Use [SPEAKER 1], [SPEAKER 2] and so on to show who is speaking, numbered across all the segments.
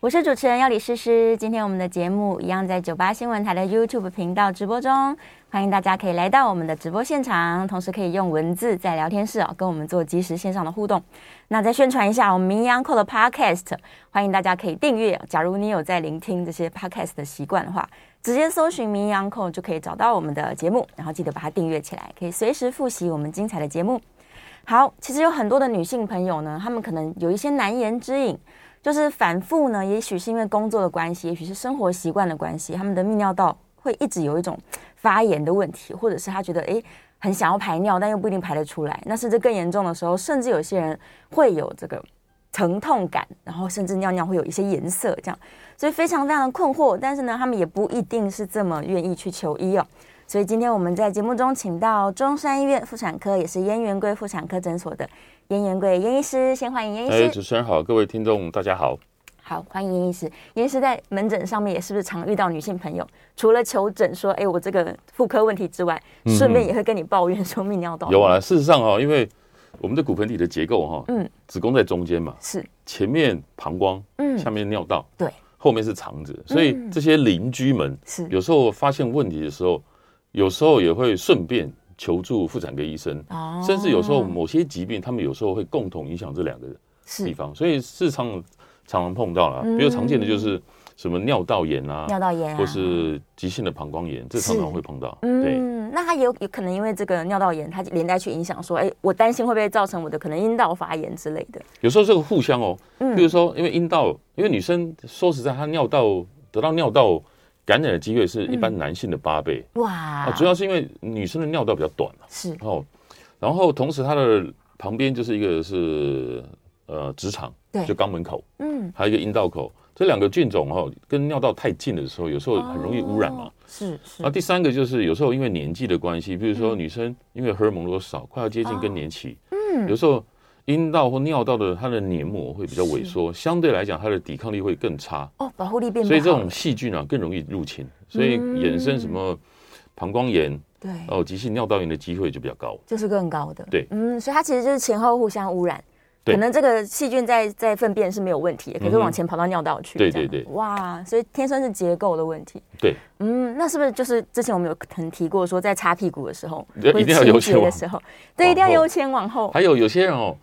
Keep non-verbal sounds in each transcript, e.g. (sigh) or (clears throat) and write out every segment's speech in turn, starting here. [SPEAKER 1] 我是主持人要李诗诗。今天我们的节目一样在九八新闻台的 YouTube 频道直播中，欢迎大家可以来到我们的直播现场，同时可以用文字在聊天室啊、跟我们做即时线上的互动。那再宣传一下我们《名医央叩》的 Podcast，欢迎大家可以订阅。假如你有在聆听这些 Podcast 的习惯的话，直接搜寻“名扬控”就可以找到我们的节目，然后记得把它订阅起来，可以随时复习我们精彩的节目。好，其实有很多的女性朋友呢，她们可能有一些难言之隐，就是反复呢，也许是因为工作的关系，也许是生活习惯的关系，她们的泌尿道会一直有一种发炎的问题，或者是她觉得诶很想要排尿，但又不一定排得出来。那甚至更严重的时候，甚至有些人会有这个疼痛感，然后甚至尿尿会有一些颜色这样。所以非常非常的困惑。但是呢，他们也不一定是这么愿意去求医哦。所以今天我们在节目中请到中山医院妇产科，也是燕园贵妇产科诊所的燕园贵燕医师，先欢迎燕医
[SPEAKER 2] 哎，
[SPEAKER 1] 师。
[SPEAKER 2] 主持人好，各位听众大家好。
[SPEAKER 1] 好，欢迎燕医师。燕医师在门诊上面也是不是常遇到女性朋友，除了求诊说，哎，我这个妇科问题之外，
[SPEAKER 2] 嗯哼
[SPEAKER 1] 顺便也会跟你抱怨说泌尿道
[SPEAKER 2] 有啊，事实上哈、因为我们的骨盆底的结构哈、
[SPEAKER 1] 嗯
[SPEAKER 2] 子宫在中间嘛，
[SPEAKER 1] 是，
[SPEAKER 2] 前面膀胱，
[SPEAKER 1] 嗯
[SPEAKER 2] 下面尿道，
[SPEAKER 1] 对，嗯
[SPEAKER 2] 后面是肠子，所以这些邻居们
[SPEAKER 1] 是
[SPEAKER 2] 有时候发现问题的时候，有时候也会顺便求助妇产科医生，
[SPEAKER 1] 哦
[SPEAKER 2] 甚至有时候某些疾病，他们有时候会共同影响这两个地
[SPEAKER 1] 是
[SPEAKER 2] 方，所以市场常常碰到了，
[SPEAKER 1] 嗯
[SPEAKER 2] 比如常见的就是什么尿道炎啊，
[SPEAKER 1] 尿道炎啊，
[SPEAKER 2] 或是急性的膀胱炎，这常
[SPEAKER 1] 是
[SPEAKER 2] 常会碰到，对。
[SPEAKER 1] 嗯，那他也有有可能因为这个尿道炎，他连带去影响说，哎、我担心会不会造成我的可能阴道发炎之类的。
[SPEAKER 2] 有时候这个互相哦，
[SPEAKER 1] 嗯
[SPEAKER 2] 比如说因为阴道，因为女生说实在，她尿道得到尿道感染的机会是一般男性的八倍、
[SPEAKER 1] 哇，
[SPEAKER 2] 啊，主要是因为女生的尿道比较短嘛，
[SPEAKER 1] 是
[SPEAKER 2] 哦，然后同时她的旁边就是一个是呃直肠，
[SPEAKER 1] 对
[SPEAKER 2] 就肛门口，
[SPEAKER 1] 嗯，
[SPEAKER 2] 还有一个阴道口，这两个菌种哦跟尿道太近的时候，有时候很容易污染嘛。
[SPEAKER 1] 哦，是是
[SPEAKER 2] 那、啊第三个就是有时候因为年纪的关系，比如说女生因为荷尔蒙如果少，快要接近更年期，嗯，有时候阴道或尿道的它的黏膜会比较萎缩，相对来讲它的抵抗力会更差，
[SPEAKER 1] 哦，保护力变不好
[SPEAKER 2] 所以这种细菌啊更容易入侵，所以衍生什么膀胱炎
[SPEAKER 1] 对，
[SPEAKER 2] 哦、急性尿道炎的机会就比较高。
[SPEAKER 1] 就是更高的。
[SPEAKER 2] 对
[SPEAKER 1] 嗯，所以它其实就是前后互相污染。
[SPEAKER 2] 对
[SPEAKER 1] 可能这个细菌在在粪便是没有问题的，可是
[SPEAKER 2] 嗯哼
[SPEAKER 1] 往前跑到尿道去。
[SPEAKER 2] 对
[SPEAKER 1] 这样
[SPEAKER 2] 对对
[SPEAKER 1] 哇，所以天生是结构的问题。
[SPEAKER 2] 对，
[SPEAKER 1] 嗯，那是不是就是之前我们有可能提过说，在擦屁股的时候，
[SPEAKER 2] 呃一定
[SPEAKER 1] 或者
[SPEAKER 2] 要
[SPEAKER 1] 清
[SPEAKER 2] 由前
[SPEAKER 1] 洁的
[SPEAKER 2] 往
[SPEAKER 1] 时候，对，一定要
[SPEAKER 2] 往后
[SPEAKER 1] 由前往后
[SPEAKER 2] 还有有些人哦，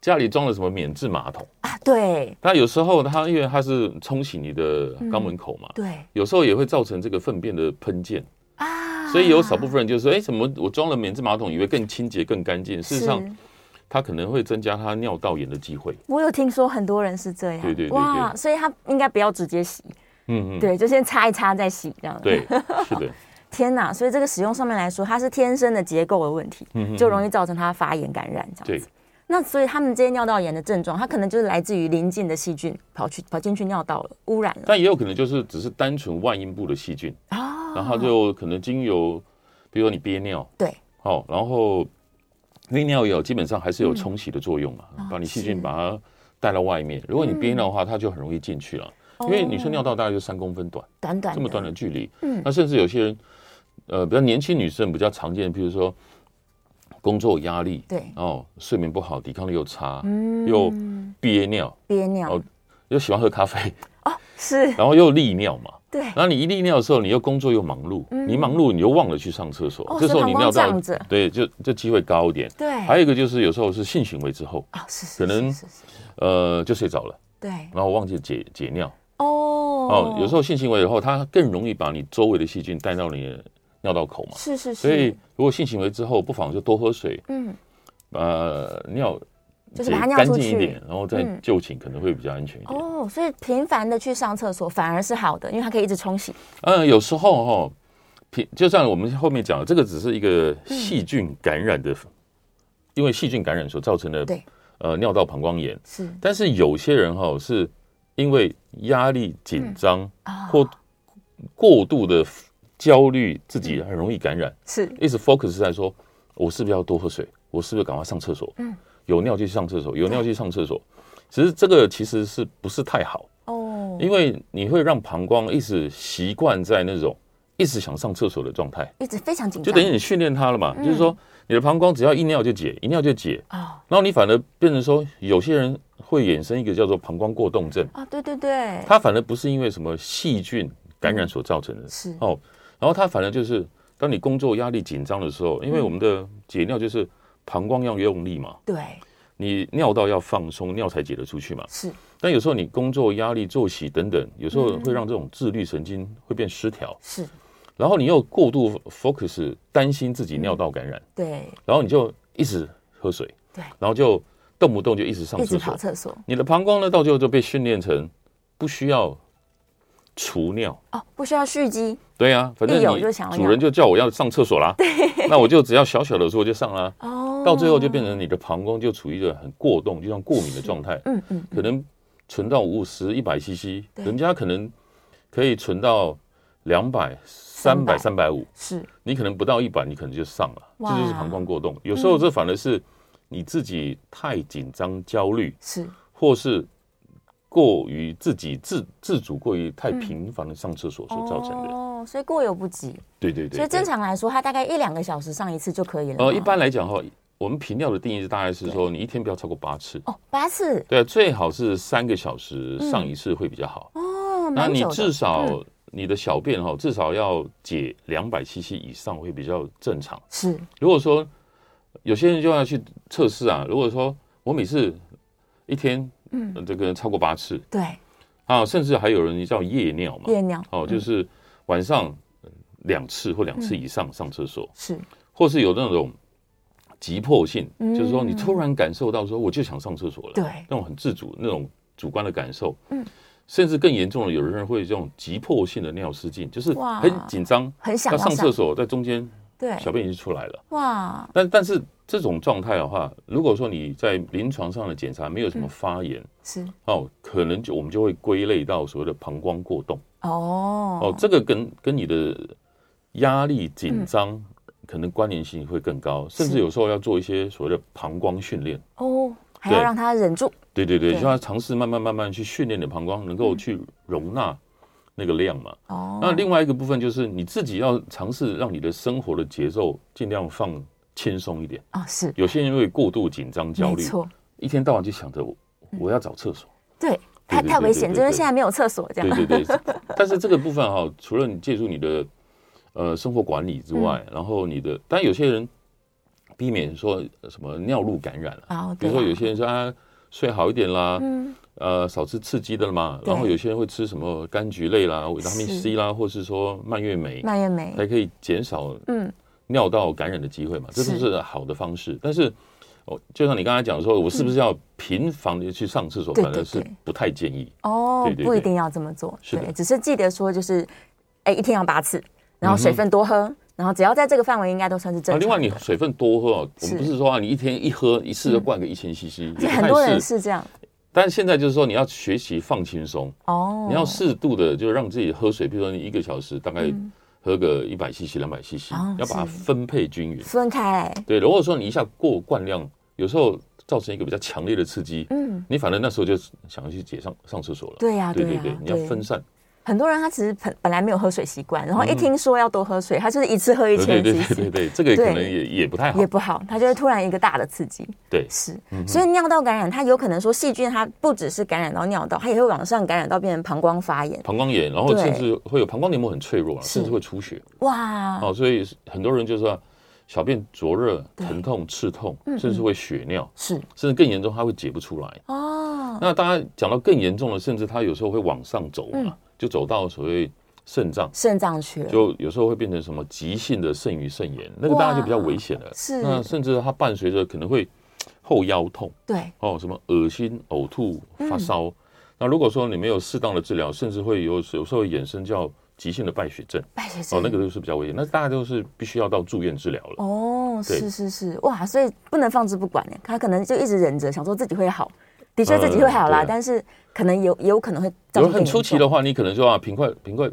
[SPEAKER 2] 家里装了什么免治马桶，
[SPEAKER 1] 啊。对
[SPEAKER 2] 那有时候它因为它是冲洗你的肛门口嘛，
[SPEAKER 1] 对
[SPEAKER 2] 有时候也会造成这个粪便的喷溅。
[SPEAKER 1] 啊，
[SPEAKER 2] 所以有少部分人就说：“哎、怎么我装了免治马桶，以为更清洁、更干净？事实上
[SPEAKER 1] 是，
[SPEAKER 2] 它可能会增加他尿道炎的机会。
[SPEAKER 1] 我有听说很多人是这样，
[SPEAKER 2] 对对对
[SPEAKER 1] 哇，
[SPEAKER 2] 对
[SPEAKER 1] 所以他应该不要直接洗，”
[SPEAKER 2] 嗯嗯，
[SPEAKER 1] 对，就先擦一擦再洗这样。，
[SPEAKER 2] 对，是的，
[SPEAKER 1] 天哪！所以这个使用上面来说，它是天生的结构的问题，
[SPEAKER 2] 嗯嗯
[SPEAKER 1] 就容易造成它发炎感染这样 (laughs)
[SPEAKER 2] 对
[SPEAKER 1] 子。那所以他们这些尿道炎的症状，它可能就是来自于邻近的细菌跑去跑进去尿道了，污染了。
[SPEAKER 2] 但也有可能就是只是单纯外阴部的细菌，
[SPEAKER 1] 哦，
[SPEAKER 2] 然后它就可能经由，比如说你憋尿，
[SPEAKER 1] 对，
[SPEAKER 2] 哦，然后那尿有基本上还是有冲洗的作用嘛，把你细
[SPEAKER 1] 嗯哦
[SPEAKER 2] 菌
[SPEAKER 1] 是嗯
[SPEAKER 2] 把它带到外面。如果你憋尿的话，它就很容易进去了，
[SPEAKER 1] 哦
[SPEAKER 2] 因为女生尿道大概就三公分短。
[SPEAKER 1] 短短
[SPEAKER 2] 这么短的距离。
[SPEAKER 1] 嗯
[SPEAKER 2] 那甚至有些人，呃，比较年轻女生比较常见，比如说工作压力，
[SPEAKER 1] 对
[SPEAKER 2] 哦，睡眠不好，抵抗力又差，
[SPEAKER 1] 嗯
[SPEAKER 2] 又憋尿，
[SPEAKER 1] 憋尿
[SPEAKER 2] 哦又喜欢喝咖啡， (laughs)
[SPEAKER 1] 是，
[SPEAKER 2] 然后又利尿嘛。
[SPEAKER 1] 对，
[SPEAKER 2] 然后你一利尿的时候，你又工作又忙碌，你忙碌你又忘了去上厕所，
[SPEAKER 1] 嗯哦
[SPEAKER 2] 这时候
[SPEAKER 1] 所以
[SPEAKER 2] 你
[SPEAKER 1] 膀
[SPEAKER 2] 尿
[SPEAKER 1] 胱
[SPEAKER 2] 道
[SPEAKER 1] 胀着
[SPEAKER 2] 对，就就机会高一点。
[SPEAKER 1] 对
[SPEAKER 2] 还有一个就是有时候是性行为之后，
[SPEAKER 1] 哦，是是，
[SPEAKER 2] 可能
[SPEAKER 1] 是是是
[SPEAKER 2] 呃，就睡着了，
[SPEAKER 1] 对
[SPEAKER 2] 然后忘记解解尿。
[SPEAKER 1] 哦
[SPEAKER 2] 哦，有时候性行为以后，它更容易把你周围的细菌带到你的尿道口嘛。
[SPEAKER 1] 是是是，
[SPEAKER 2] 所以如果性行为之后，不妨就多喝水，
[SPEAKER 1] 嗯，
[SPEAKER 2] 呃，尿
[SPEAKER 1] 就是
[SPEAKER 2] 解
[SPEAKER 1] 把它尿
[SPEAKER 2] 干
[SPEAKER 1] 出
[SPEAKER 2] 净一
[SPEAKER 1] 去
[SPEAKER 2] 点，然后再
[SPEAKER 1] 嗯
[SPEAKER 2] 就寝可能会比较安全一点。
[SPEAKER 1] 哦，所以频繁的去上厕所反而是好的，因为它可以一直冲洗。
[SPEAKER 2] 嗯，有时候哈、哦，平就像我们后面讲的，这个只是一个细菌感染的，因为细菌感染所造成的
[SPEAKER 1] 对
[SPEAKER 2] 呃尿道膀胱炎，
[SPEAKER 1] 是
[SPEAKER 2] 但是有些人哈、哦、是因为压力
[SPEAKER 1] 嗯
[SPEAKER 2] 紧张、
[SPEAKER 1] 啊
[SPEAKER 2] 或过度的焦虑，自己很容易感染。
[SPEAKER 1] 是
[SPEAKER 2] 一直 focus 在说，我是不是要多喝水？我是不是赶快上厕所？
[SPEAKER 1] 嗯，
[SPEAKER 2] 有尿去上厕所，有尿去上厕所。其实这个其实是不是太好，
[SPEAKER 1] 哦，
[SPEAKER 2] 因为你会让膀胱一直习惯在那种一直想上厕所的状态，
[SPEAKER 1] 一直非常紧
[SPEAKER 2] 就
[SPEAKER 1] 张，
[SPEAKER 2] 等于你训练它了嘛。就是说，你的膀胱只要一尿就解，一尿就解，
[SPEAKER 1] 哦
[SPEAKER 2] 然后你反而变成说，有些人会衍生一个叫做膀胱过动症，
[SPEAKER 1] 啊，对对对，
[SPEAKER 2] 它反而不是因为什么细菌感染所造成的，
[SPEAKER 1] 是
[SPEAKER 2] 哦，然后它反而就是当你工作压力紧张的时候，因
[SPEAKER 1] 嗯
[SPEAKER 2] 为我们的解尿就是膀胱要用力嘛，
[SPEAKER 1] 对
[SPEAKER 2] 你尿道要放松，尿才解得出去嘛。
[SPEAKER 1] 是
[SPEAKER 2] 但有时候你工作压力、作息等等，有时
[SPEAKER 1] 嗯
[SPEAKER 2] 候会让这种自律神经会变失调，
[SPEAKER 1] 是，
[SPEAKER 2] 然后你又过度 focus 担心自己尿道感染，
[SPEAKER 1] 对，
[SPEAKER 2] 然后你就一直喝水，
[SPEAKER 1] 嗯对
[SPEAKER 2] 然后就动不动就一直上
[SPEAKER 1] 一直
[SPEAKER 2] 厕
[SPEAKER 1] 跑
[SPEAKER 2] 所，
[SPEAKER 1] 厕所
[SPEAKER 2] 你的膀胱呢到最后就被训练成不需要除尿。
[SPEAKER 1] 哦，不需要蓄积
[SPEAKER 2] 对啊，反正
[SPEAKER 1] 一有
[SPEAKER 2] 你
[SPEAKER 1] 就想要
[SPEAKER 2] 主人就叫我要上厕所啦， (laughs) 那我就只要小小的时候就上啦，
[SPEAKER 1] 哦，
[SPEAKER 2] 到最后就变成你的膀胱就处于一个很过动，就像过敏的状态，
[SPEAKER 1] 嗯嗯
[SPEAKER 2] 可能存到五十、一百 CC，
[SPEAKER 1] 对
[SPEAKER 2] 人家可能可以存到两百、三百、三百五，
[SPEAKER 1] 是
[SPEAKER 2] 你可能不到一百，你可能就上了，这
[SPEAKER 1] 哇
[SPEAKER 2] 就是膀胱过动。有时候这反而是你自己太紧张、焦虑，
[SPEAKER 1] 是
[SPEAKER 2] 或是过于自己自自主过于太频繁的上厕所所造成的。
[SPEAKER 1] 嗯哦，所以过犹不及，
[SPEAKER 2] 对对对，
[SPEAKER 1] 所以
[SPEAKER 2] 对
[SPEAKER 1] 正常来说，它大概一两个小时上一次就可以了吗。
[SPEAKER 2] 呃，一般来讲哈，我们频尿的定义大概是说，你一天不要超过八次。
[SPEAKER 1] 哦八次
[SPEAKER 2] 对，最好是三个小时上一次会比较好。
[SPEAKER 1] 哦，
[SPEAKER 2] 那
[SPEAKER 1] 蛮
[SPEAKER 2] 你
[SPEAKER 1] 久的嗯
[SPEAKER 2] 至少你的小便哈，至少要解两百 CC 以上会比较正常。
[SPEAKER 1] 是
[SPEAKER 2] 如果说有些人就要去测试啊，如果说我每次一天呃
[SPEAKER 1] 嗯
[SPEAKER 2] 这个超过八次
[SPEAKER 1] 对
[SPEAKER 2] 啊，甚至还有人叫夜尿嘛，
[SPEAKER 1] 夜嗯尿
[SPEAKER 2] 哦，就是晚上呃两次或两次以上上厕所。
[SPEAKER 1] 是
[SPEAKER 2] 或是有那种急迫性，就是说你突然感受到说我就想上厕所了，
[SPEAKER 1] 嗯对
[SPEAKER 2] 那种很自主那种主观的感受，嗯，甚至更严重的，有的人会有这种急迫性的尿失禁，就是
[SPEAKER 1] 哇
[SPEAKER 2] 很紧张，
[SPEAKER 1] 很想
[SPEAKER 2] 要
[SPEAKER 1] 要
[SPEAKER 2] 上厕所，在中间
[SPEAKER 1] 对
[SPEAKER 2] 小便已经出来了，
[SPEAKER 1] 哇
[SPEAKER 2] 但但是这种状态的话，如果说你在临床上的检查没有
[SPEAKER 1] 嗯
[SPEAKER 2] 什么发炎。
[SPEAKER 1] 是
[SPEAKER 2] 哦，可能就我们就会归类到所谓的膀胱过动哦
[SPEAKER 1] 哦
[SPEAKER 2] 这个跟跟你的压力紧张、
[SPEAKER 1] 嗯
[SPEAKER 2] 可能关联性会更高，甚至有时候要做一些所谓的膀胱训练。
[SPEAKER 1] 哦还要
[SPEAKER 2] 对
[SPEAKER 1] 让它忍住
[SPEAKER 2] 对对对，
[SPEAKER 1] 对嗯
[SPEAKER 2] 就要尝试慢慢慢慢去训练你的膀胱能够去容纳那个量嘛。
[SPEAKER 1] 哦
[SPEAKER 2] 那另外一个部分就是你自己要尝试让你的生活的节奏尽量放轻松一点。
[SPEAKER 1] 哦是
[SPEAKER 2] 有些人会过度紧张啊焦
[SPEAKER 1] 没
[SPEAKER 2] 虑，
[SPEAKER 1] 错
[SPEAKER 2] 一天到晚就想着我我要找厕所。
[SPEAKER 1] 对太
[SPEAKER 2] 对
[SPEAKER 1] 太
[SPEAKER 2] 对
[SPEAKER 1] 危险，
[SPEAKER 2] 对
[SPEAKER 1] 因为
[SPEAKER 2] 对
[SPEAKER 1] 现在没有厕所这样
[SPEAKER 2] 对
[SPEAKER 1] (laughs)
[SPEAKER 2] 对对，但是这个部分哈、除了你借助你的呃生活管理之外，
[SPEAKER 1] 嗯
[SPEAKER 2] 然后你的，但有些人避免说呃什么尿路感染啊，
[SPEAKER 1] 哦
[SPEAKER 2] 比
[SPEAKER 1] 对
[SPEAKER 2] 如说
[SPEAKER 1] 啦
[SPEAKER 2] 有些人说啊睡好一点啦，
[SPEAKER 1] 嗯
[SPEAKER 2] 呃少吃刺激的嘛，
[SPEAKER 1] 对
[SPEAKER 2] 然后有些人会吃什么柑橘类啦、维他命
[SPEAKER 1] 是
[SPEAKER 2] C 啦，或是说蔓越莓，
[SPEAKER 1] 蔓越莓
[SPEAKER 2] 才可以减少
[SPEAKER 1] 嗯
[SPEAKER 2] 尿道感染的机会嘛，这
[SPEAKER 1] 是
[SPEAKER 2] 都是好的方式，但是。哦，就像你刚才讲说，我是不是要频繁的去上厕所，
[SPEAKER 1] 嗯对
[SPEAKER 2] 反而
[SPEAKER 1] 对
[SPEAKER 2] 是
[SPEAKER 1] 对
[SPEAKER 2] 不太建议。
[SPEAKER 1] 哦
[SPEAKER 2] 对对
[SPEAKER 1] 不一
[SPEAKER 2] 对
[SPEAKER 1] 定要这么做
[SPEAKER 2] 是
[SPEAKER 1] 对
[SPEAKER 2] 的
[SPEAKER 1] 只是记得说就是哎一天要八次，然后水
[SPEAKER 2] 嗯哼
[SPEAKER 1] 分多喝，然后只要在这个范围应该都算是正常
[SPEAKER 2] 啊，
[SPEAKER 1] 的。
[SPEAKER 2] 另外你水分多喝哦，我
[SPEAKER 1] 是
[SPEAKER 2] 们不是说啊，你一天一喝一次就灌个一千 CC，也不
[SPEAKER 1] 很多
[SPEAKER 2] 太
[SPEAKER 1] 人
[SPEAKER 2] 是。
[SPEAKER 1] 是这样
[SPEAKER 2] 但现在就是说你要学习放轻松，
[SPEAKER 1] 哦，
[SPEAKER 2] 你要适度的就让自己喝水，比如说你一个小时大概喝个一百 CC、两百 CC，
[SPEAKER 1] 嗯哦
[SPEAKER 2] 要把它
[SPEAKER 1] 是
[SPEAKER 2] 分配均匀。
[SPEAKER 1] 分开来，
[SPEAKER 2] 对，如果说你一下过灌量，有时候造成一个比较强烈的刺激，
[SPEAKER 1] 嗯，
[SPEAKER 2] 你反正那时候就想要去解上上厕所了。
[SPEAKER 1] 对呀、啊
[SPEAKER 2] 对
[SPEAKER 1] 呀、
[SPEAKER 2] 对对，你要分散。
[SPEAKER 1] 很多人他其实本本来没有喝水习惯，然后一听说要多喝水，他就是一次喝一
[SPEAKER 2] 对
[SPEAKER 1] 千
[SPEAKER 2] 对对
[SPEAKER 1] cc，
[SPEAKER 2] 对对对，这个
[SPEAKER 1] 对
[SPEAKER 2] 可能也也不太好
[SPEAKER 1] 也。不好，他就会突然一个大的刺激。
[SPEAKER 2] 对，
[SPEAKER 1] 是，所以尿道感染，它有可能说细菌它不只是感染到尿道，它也会往上感染到变成膀胱发炎。
[SPEAKER 2] 膀胱炎，然后
[SPEAKER 1] 对
[SPEAKER 2] 甚至会有膀胱黏膜很脆弱啊，
[SPEAKER 1] 是
[SPEAKER 2] 甚至会出血。
[SPEAKER 1] 哇，
[SPEAKER 2] 哦，所以很多人就是说小便灼热、
[SPEAKER 1] 对嗯
[SPEAKER 2] 疼痛、刺痛，甚至会血尿，
[SPEAKER 1] 是
[SPEAKER 2] 甚至更严重，它会解不出来。
[SPEAKER 1] 哦，
[SPEAKER 2] 那大家讲到更严重的，甚至它有时候会往上走
[SPEAKER 1] 嗯
[SPEAKER 2] 嘛，就走到所谓肾脏，
[SPEAKER 1] 肾脏区了，
[SPEAKER 2] 就有时候会变成什么急性的肾盂肾炎，那个
[SPEAKER 1] 哇
[SPEAKER 2] 大家就比较危险了。
[SPEAKER 1] 是
[SPEAKER 2] 那甚至它伴随着可能会后腰痛
[SPEAKER 1] 对，
[SPEAKER 2] 哦，什么恶心、呕吐、
[SPEAKER 1] 嗯
[SPEAKER 2] 发烧。那如果说你没有适当的治疗，甚至会有有时候会衍生叫急性的败血症。
[SPEAKER 1] 败血症。
[SPEAKER 2] 哦，那个都是比较危险，那大家都是必须要到住院治疗了。
[SPEAKER 1] 哦，
[SPEAKER 2] 对
[SPEAKER 1] 是是是，哇，所以不能放置不管呢，他可能就一直忍着，想说自己会好，的确自己会好啦，
[SPEAKER 2] 嗯对啊
[SPEAKER 1] 但是可能有有可能会造
[SPEAKER 2] 有
[SPEAKER 1] 成
[SPEAKER 2] 很
[SPEAKER 1] 更
[SPEAKER 2] 出
[SPEAKER 1] 严
[SPEAKER 2] 奇
[SPEAKER 1] 重
[SPEAKER 2] 的话，你可能说啊，贫困贫困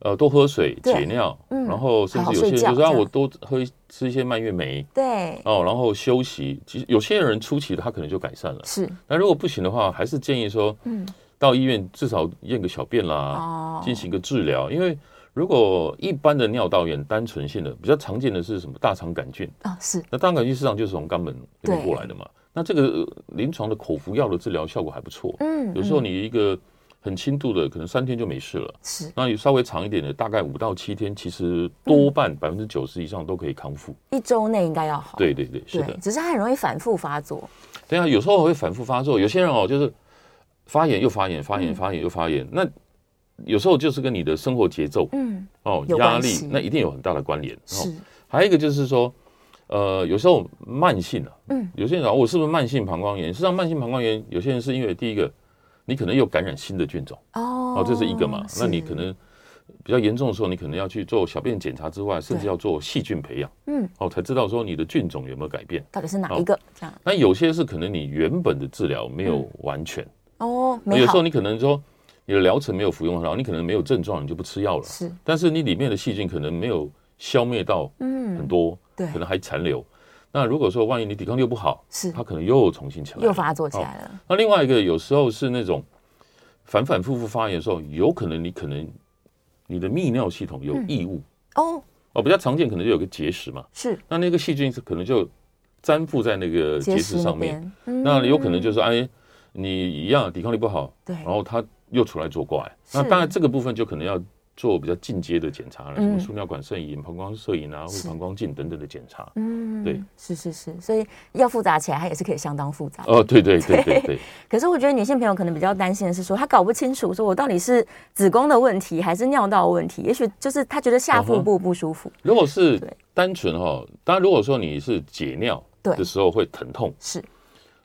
[SPEAKER 2] 呃多喝水
[SPEAKER 1] 对
[SPEAKER 2] 解尿，
[SPEAKER 1] 嗯
[SPEAKER 2] 然后甚
[SPEAKER 1] 好好
[SPEAKER 2] 至有些人
[SPEAKER 1] 睡
[SPEAKER 2] 就
[SPEAKER 1] 觉
[SPEAKER 2] 是啊，
[SPEAKER 1] 这样
[SPEAKER 2] 我多喝一吃一些蔓越莓
[SPEAKER 1] 对，
[SPEAKER 2] 哦，然后休息。其实有些人初期的他可能就改善了，
[SPEAKER 1] 是，
[SPEAKER 2] 那如果不行的话，还是建议说
[SPEAKER 1] 嗯，
[SPEAKER 2] 到医院至少验个小便啦，
[SPEAKER 1] 哦，
[SPEAKER 2] 进行个治疗，因为。如果一般的尿道炎单纯性的比较常见的是什么大肠杆菌，
[SPEAKER 1] 啊，是，
[SPEAKER 2] 那大肠杆菌市场就是从肛门那边
[SPEAKER 1] 对
[SPEAKER 2] 过来的嘛。那这个呃临床的口服药的治疗效果还不错，
[SPEAKER 1] 嗯，
[SPEAKER 2] 有时候
[SPEAKER 1] 嗯
[SPEAKER 2] 你一个很轻度的，可能三天就没事了。
[SPEAKER 1] 是
[SPEAKER 2] 那有稍微长一点的，大概五到七天，其实多半
[SPEAKER 1] 嗯
[SPEAKER 2] 百分之九十以上都可以康复。
[SPEAKER 1] 一周内应该要好，
[SPEAKER 2] 对对对，是
[SPEAKER 1] 哦对，
[SPEAKER 2] 的。
[SPEAKER 1] 只是它很容易反复发作，
[SPEAKER 2] 对啊，有时候会反复发作，有些人哦，就是发炎又发炎，发
[SPEAKER 1] 嗯
[SPEAKER 2] 炎发炎又发炎。那有时候就是跟你的生活节奏
[SPEAKER 1] 嗯，
[SPEAKER 2] 哦、
[SPEAKER 1] 有关
[SPEAKER 2] 压力
[SPEAKER 1] 系，
[SPEAKER 2] 那一定有很大的关联。哦，
[SPEAKER 1] 是，
[SPEAKER 2] 还有一个就是说，呃，有时候慢性啊，
[SPEAKER 1] 嗯，
[SPEAKER 2] 有些人啊，我是不是慢性膀胱炎？实际上，慢性膀胱炎有些人是因为第一个，你可能又感染新的菌种。
[SPEAKER 1] 哦
[SPEAKER 2] 哦，这是一个嘛。那你可
[SPEAKER 1] 是
[SPEAKER 2] 能比较严重的时候，你可能要去做小便检查之外，甚至要做细菌培养，
[SPEAKER 1] 嗯，
[SPEAKER 2] 哦，才知道说你的菌种有没有改变。
[SPEAKER 1] 到底是哪
[SPEAKER 2] 哦
[SPEAKER 1] 一个这样？
[SPEAKER 2] 那有些是可能你原本的治疗没有完全，
[SPEAKER 1] 哦，没
[SPEAKER 2] 有时
[SPEAKER 1] 好
[SPEAKER 2] 候你可能说你的疗程没有服用很好，你可能没有症状，你就不吃药了，
[SPEAKER 1] 是，
[SPEAKER 2] 但是你里面的细菌可能没有消灭到很
[SPEAKER 1] 嗯，
[SPEAKER 2] 多，
[SPEAKER 1] 对
[SPEAKER 2] 可，能还残留。那如果说万一你抵抗力不好，
[SPEAKER 1] 是
[SPEAKER 2] 它可能又重新起来了，
[SPEAKER 1] 又发作起
[SPEAKER 2] 哦
[SPEAKER 1] 来了，
[SPEAKER 2] 那另外一个有时候是那种反反复复发炎的时候，有可能你可能你的泌尿系统
[SPEAKER 1] 嗯
[SPEAKER 2] 有异物、
[SPEAKER 1] 哦，
[SPEAKER 2] 哦，比较常见可能就有个结石嘛，
[SPEAKER 1] 是
[SPEAKER 2] 那那个细菌是可能就粘附在那个呃结石
[SPEAKER 1] 那
[SPEAKER 2] 上面，
[SPEAKER 1] 边，嗯
[SPEAKER 2] 那有可能就是哎你一样抵抗力不好，
[SPEAKER 1] 对，
[SPEAKER 2] 然后它又出来作怪。
[SPEAKER 1] 是
[SPEAKER 2] 那当然这个部分就可能要。做比较进阶的检查了，什
[SPEAKER 1] 嗯
[SPEAKER 2] 么输尿管摄影、膀胱摄影啊，或
[SPEAKER 1] 是
[SPEAKER 2] 者膀胱镜等等的检查。
[SPEAKER 1] 嗯
[SPEAKER 2] 对，
[SPEAKER 1] 是是是，所以要复杂起来，它也是可以相当复杂。
[SPEAKER 2] 哦，对对对对对，
[SPEAKER 1] 可是我觉得女性朋友可能比较担心的是说，她搞不清楚，说我到底是子宫的问题还是尿道的问题，也许就是她觉得下腹部不舒服，
[SPEAKER 2] 如果是
[SPEAKER 1] 对
[SPEAKER 2] 单纯哈，当然如果说你是解尿
[SPEAKER 1] 对
[SPEAKER 2] 的时候会疼痛，
[SPEAKER 1] 是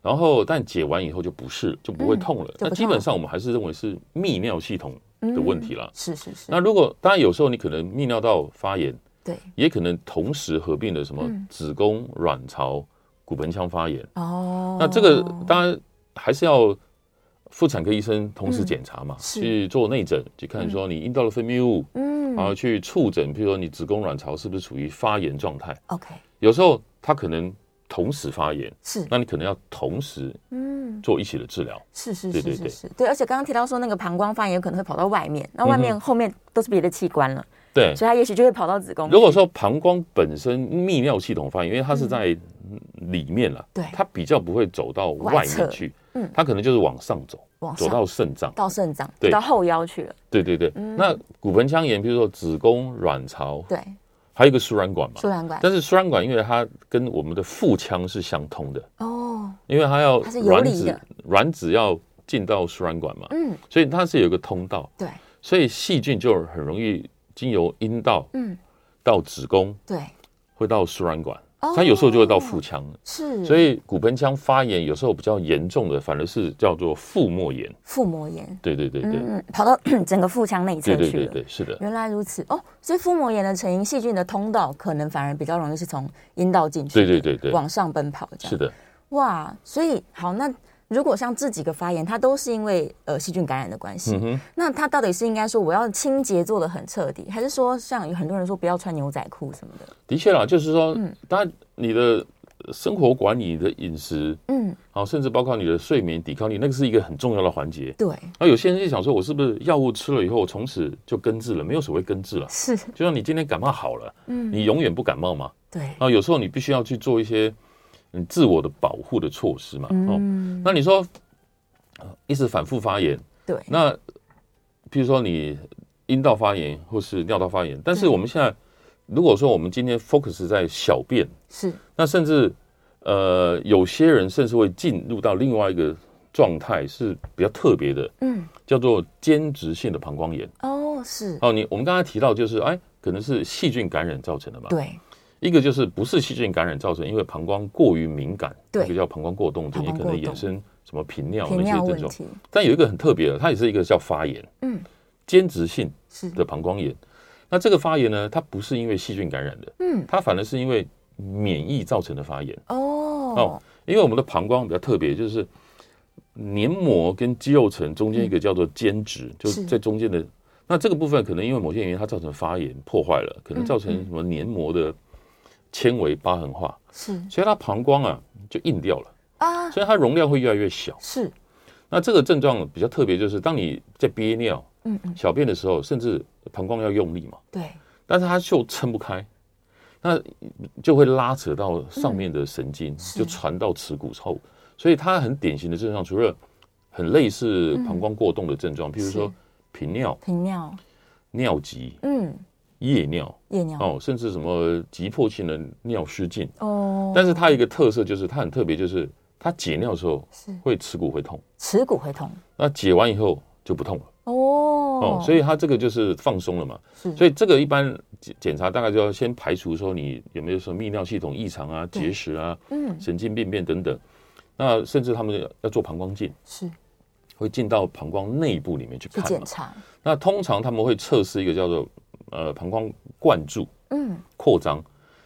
[SPEAKER 2] 然后但解完以后就不是就不会痛了。
[SPEAKER 1] 嗯就不痛嗯
[SPEAKER 2] 那基本上我们还是认为是泌尿系统的问题啦。
[SPEAKER 1] 是是是，
[SPEAKER 2] 那如果当然有时候你可能泌尿道发炎，
[SPEAKER 1] 对
[SPEAKER 2] 也可能同时合并了什么
[SPEAKER 1] 嗯
[SPEAKER 2] 子宫、卵巢、骨盆腔发炎。
[SPEAKER 1] 哦，
[SPEAKER 2] 那这个当然还是要妇产科医生同时检查嘛，
[SPEAKER 1] 嗯是
[SPEAKER 2] 去做内诊，去看说你阴道的分泌物，
[SPEAKER 1] 嗯
[SPEAKER 2] 然后去触诊，譬如说你子宫、卵巢是不是处于发炎状态。
[SPEAKER 1] ，OK
[SPEAKER 2] 有时候它可能同时发炎，
[SPEAKER 1] 是
[SPEAKER 2] 那你可能要同时
[SPEAKER 1] 嗯。
[SPEAKER 2] 做一起的治疗。
[SPEAKER 1] 是是
[SPEAKER 2] 对
[SPEAKER 1] 是
[SPEAKER 2] 对
[SPEAKER 1] 是
[SPEAKER 2] 对
[SPEAKER 1] 是，对，而且刚刚提到说那个膀胱发炎有可能会跑到外面，那外面后面都是别的器官
[SPEAKER 2] 嗯
[SPEAKER 1] 了，
[SPEAKER 2] 对，
[SPEAKER 1] 所以它也许就会跑到子宫。
[SPEAKER 2] 如果说膀胱本身泌尿系统发炎，因为它是在里面了，
[SPEAKER 1] 嗯对
[SPEAKER 2] 它比较不会走到外面去
[SPEAKER 1] 外侧嗯，
[SPEAKER 2] 它可能就是往上走，
[SPEAKER 1] 往
[SPEAKER 2] 走
[SPEAKER 1] 上
[SPEAKER 2] 到肾脏。
[SPEAKER 1] 到肾脏，
[SPEAKER 2] 对
[SPEAKER 1] 到后腰去了，
[SPEAKER 2] 对对对，
[SPEAKER 1] 嗯
[SPEAKER 2] 那骨盆腔炎，比如说子宫、卵巢，
[SPEAKER 1] 对，
[SPEAKER 2] 还有一个输卵管嘛
[SPEAKER 1] 输。卵管
[SPEAKER 2] 但是输卵管，因为它跟我们的腹腔是相通的，
[SPEAKER 1] 哦，
[SPEAKER 2] 因为它要
[SPEAKER 1] 它是游
[SPEAKER 2] 卵
[SPEAKER 1] 离
[SPEAKER 2] 子
[SPEAKER 1] 的，
[SPEAKER 2] 卵子要进到输卵管嘛，
[SPEAKER 1] 嗯，
[SPEAKER 2] 所以它是有一个通道。
[SPEAKER 1] 对，
[SPEAKER 2] 所以细菌就很容易经由阴道
[SPEAKER 1] 嗯，
[SPEAKER 2] 到子宫，
[SPEAKER 1] 对，
[SPEAKER 2] 会到输卵管，
[SPEAKER 1] 哦嗯
[SPEAKER 2] 它有时候就会到腹腔。
[SPEAKER 1] 是，
[SPEAKER 2] 所
[SPEAKER 1] 以
[SPEAKER 2] 以骨盆腔发炎有时候比较严重的，反而是叫做腹膜炎。
[SPEAKER 1] 腹膜炎，
[SPEAKER 2] 对对对对、
[SPEAKER 1] 嗯，跑到 (clears throat) 整个腹腔内侧
[SPEAKER 2] 对对
[SPEAKER 1] 去
[SPEAKER 2] 对
[SPEAKER 1] 了。
[SPEAKER 2] 对，是的，
[SPEAKER 1] 原来如此哦，所以腹膜炎的成因，细菌的通道可能反而比较容易是从阴道进去，
[SPEAKER 2] 对对对对
[SPEAKER 1] 往上奔跑这样。
[SPEAKER 2] 是，的，
[SPEAKER 1] 哇，所以好，那如果像这几个发炎，它都是因为呃细菌感染的关系，
[SPEAKER 2] 嗯哼，
[SPEAKER 1] 那它到底是应该说我要清洁做的很彻底，还是说像有很多人说不要穿牛仔裤什么的？
[SPEAKER 2] 的确啦，就是说
[SPEAKER 1] 嗯，
[SPEAKER 2] 当然你的生活管理、你的饮食，
[SPEAKER 1] 嗯，
[SPEAKER 2] 啊，甚至包括你的睡眠、抵抗力，那个是一个很重要的环节。
[SPEAKER 1] 对，
[SPEAKER 2] 那有些人就想说，我是不是药物吃了以后，我从此就根治了？没有所谓根治了，
[SPEAKER 1] 是，
[SPEAKER 2] 就像你今天感冒好了，
[SPEAKER 1] 嗯，
[SPEAKER 2] 你永远不感冒吗？
[SPEAKER 1] 对，
[SPEAKER 2] 啊，有时候你必须要去做一些嗯自我的保护的措施嘛。哦，
[SPEAKER 1] 嗯，
[SPEAKER 2] 那你说呃一直反复发炎，
[SPEAKER 1] 对，
[SPEAKER 2] 那譬如说你阴道发炎或是尿道发炎，但是
[SPEAKER 1] 对
[SPEAKER 2] 我们现在如果说我们今天 focus 在小便，
[SPEAKER 1] 是，
[SPEAKER 2] 那甚至呃有些人甚至会进入到另外一个状态是比较特别的，
[SPEAKER 1] 嗯，
[SPEAKER 2] 叫做间质性的膀胱炎。
[SPEAKER 1] 哦，是，
[SPEAKER 2] 哦，你我们刚才提到就是哎。可能是细菌感染造成的嘛？
[SPEAKER 1] 对，
[SPEAKER 2] 一个就是不是细菌感染造成，因为膀胱过于敏感，
[SPEAKER 1] 对
[SPEAKER 2] 那个叫膀胱过动
[SPEAKER 1] 膀
[SPEAKER 2] 症，也
[SPEAKER 1] 胱
[SPEAKER 2] 可
[SPEAKER 1] 过
[SPEAKER 2] 能
[SPEAKER 1] 动
[SPEAKER 2] 衍生什么频尿
[SPEAKER 1] 频
[SPEAKER 2] 那些
[SPEAKER 1] 尿
[SPEAKER 2] 症
[SPEAKER 1] 问
[SPEAKER 2] 状。
[SPEAKER 1] 题，
[SPEAKER 2] 但有一个很特别的，它也是一个叫发炎，
[SPEAKER 1] 嗯，
[SPEAKER 2] 间质性
[SPEAKER 1] 是，
[SPEAKER 2] 的膀胱炎。那这个发炎呢，它不是因为细菌感染的，
[SPEAKER 1] 嗯，
[SPEAKER 2] 它反而是因为免疫造成的发炎。
[SPEAKER 1] 哦，
[SPEAKER 2] 因为我们的膀胱比较特别，就是黏膜跟肌肉层中间一个叫做间质，就是在中间的那这个部分可能因为某些原因，它造成发炎破坏了，可能造成
[SPEAKER 1] 嗯嗯
[SPEAKER 2] 什么黏膜的纤维疤痕化，
[SPEAKER 1] 是
[SPEAKER 2] 所以它膀胱啊就硬掉了，
[SPEAKER 1] 啊，
[SPEAKER 2] 所以它容量会越来越小。
[SPEAKER 1] 是
[SPEAKER 2] 那这个症状比较特别，就是当你在憋尿、
[SPEAKER 1] 嗯嗯，
[SPEAKER 2] 小便的时候，甚至膀胱要用力嘛，
[SPEAKER 1] 对，
[SPEAKER 2] 但是它就撑不开，那就会拉扯到上面的神经，
[SPEAKER 1] 嗯是
[SPEAKER 2] 就传到耻骨后。所以它很典型的症状，除了很类似膀胱过动的症状，譬如说
[SPEAKER 1] 嗯是
[SPEAKER 2] 频尿、
[SPEAKER 1] 频尿，
[SPEAKER 2] 尿急、
[SPEAKER 1] 嗯，
[SPEAKER 2] 夜尿
[SPEAKER 1] 夜尿
[SPEAKER 2] 哦，甚至什么急迫性的尿失禁。
[SPEAKER 1] 哦，
[SPEAKER 2] 但是它有一个特色就是它很特别，就是它解尿的时候
[SPEAKER 1] 是
[SPEAKER 2] 会耻骨会痛，
[SPEAKER 1] 耻骨会痛
[SPEAKER 2] 那解完以后就不痛了
[SPEAKER 1] 哦
[SPEAKER 2] 哦，所
[SPEAKER 1] 以
[SPEAKER 2] 以它这个就是放松了嘛。
[SPEAKER 1] 是
[SPEAKER 2] 所以这个一般检检查大概就要先排除说你有没有什么泌尿系统异常啊、
[SPEAKER 1] 对
[SPEAKER 2] 结石啊、
[SPEAKER 1] 嗯
[SPEAKER 2] 神经病变等等。那甚至他们要做膀胱镜，
[SPEAKER 1] 是
[SPEAKER 2] 会进到膀胱内部里面去
[SPEAKER 1] 去
[SPEAKER 2] 看
[SPEAKER 1] 检
[SPEAKER 2] 嘛。
[SPEAKER 1] 查，
[SPEAKER 2] 那通常他们会测试一个叫做呃膀胱灌注
[SPEAKER 1] 嗯
[SPEAKER 2] 扩张，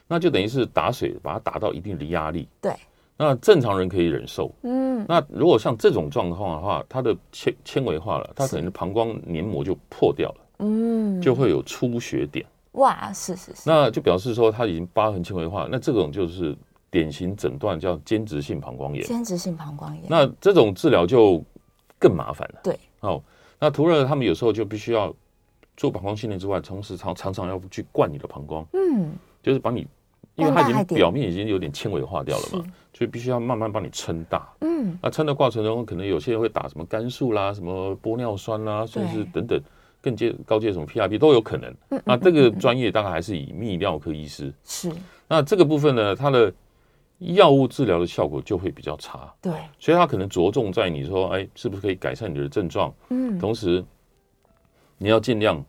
[SPEAKER 2] 那就等于是打水把它打到一定的压力。
[SPEAKER 1] 对，
[SPEAKER 2] 那正常人可以忍受。
[SPEAKER 1] 嗯
[SPEAKER 2] 那如果像这种状况的话，它的纤纤维化了，它可能膀胱黏膜就破掉了，
[SPEAKER 1] 嗯，
[SPEAKER 2] 就会有出血点。
[SPEAKER 1] 哇，是是是，
[SPEAKER 2] 那就表示说它已经疤痕纤维化，那这种就是典型诊断叫间质性膀胱炎。
[SPEAKER 1] 间质性膀胱炎，
[SPEAKER 2] 那这种治疗就更麻烦了。
[SPEAKER 1] 对，
[SPEAKER 2] 哦，那除了他们有时候就必须要做膀胱训练之外，同时常常常要去灌你的膀胱，
[SPEAKER 1] 嗯
[SPEAKER 2] 就是把你，因为
[SPEAKER 1] 灌大
[SPEAKER 2] 它已
[SPEAKER 1] 一
[SPEAKER 2] 经
[SPEAKER 1] 点
[SPEAKER 2] 表面已经有点纤维化掉了嘛
[SPEAKER 1] 是，
[SPEAKER 2] 所以必须要慢慢帮你撑大。
[SPEAKER 1] 嗯
[SPEAKER 2] 那撑的过程中，可能有些人会打什么肝素啦、什么玻尿酸啦，甚至等等更阶高阶什么 PRP 都有可能。
[SPEAKER 1] 嗯
[SPEAKER 2] 那这个专业大概还是以泌尿科医师。
[SPEAKER 1] 是，
[SPEAKER 2] 那这个部分呢，它的药物治疗的效果就会比较差，
[SPEAKER 1] 对，
[SPEAKER 2] 所以它可能着重在你说，哎，是不是可以改善你的症状，
[SPEAKER 1] 嗯
[SPEAKER 2] 同时你要尽量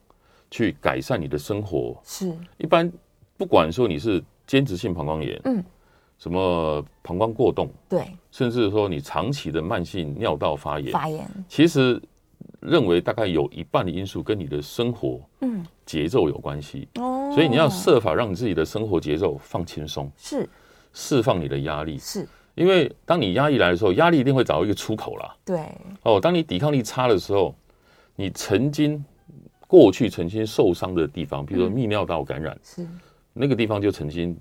[SPEAKER 2] 去改善你的生活。
[SPEAKER 1] 是
[SPEAKER 2] 一般不管说你是间质性膀胱炎，
[SPEAKER 1] 嗯，
[SPEAKER 2] 什么膀胱过动，
[SPEAKER 1] 对
[SPEAKER 2] 甚至说你长期的慢性尿道发炎，
[SPEAKER 1] 发炎，
[SPEAKER 2] 其实认为大概有一半的因素跟你的生活
[SPEAKER 1] 嗯
[SPEAKER 2] 节奏有关系，
[SPEAKER 1] 哦，
[SPEAKER 2] 所以你要设法让你自己的生活节奏放轻松。
[SPEAKER 1] 是
[SPEAKER 2] 释放你的压力，
[SPEAKER 1] 是，
[SPEAKER 2] 因为当你压力来的时候，压力一定会找到一个出口啦。
[SPEAKER 1] 对
[SPEAKER 2] 哦，当你抵抗力差的时候，你曾经过去曾经受伤的地方，比
[SPEAKER 1] 嗯
[SPEAKER 2] 如说泌尿道感染，
[SPEAKER 1] 是，
[SPEAKER 2] 那个地方就曾经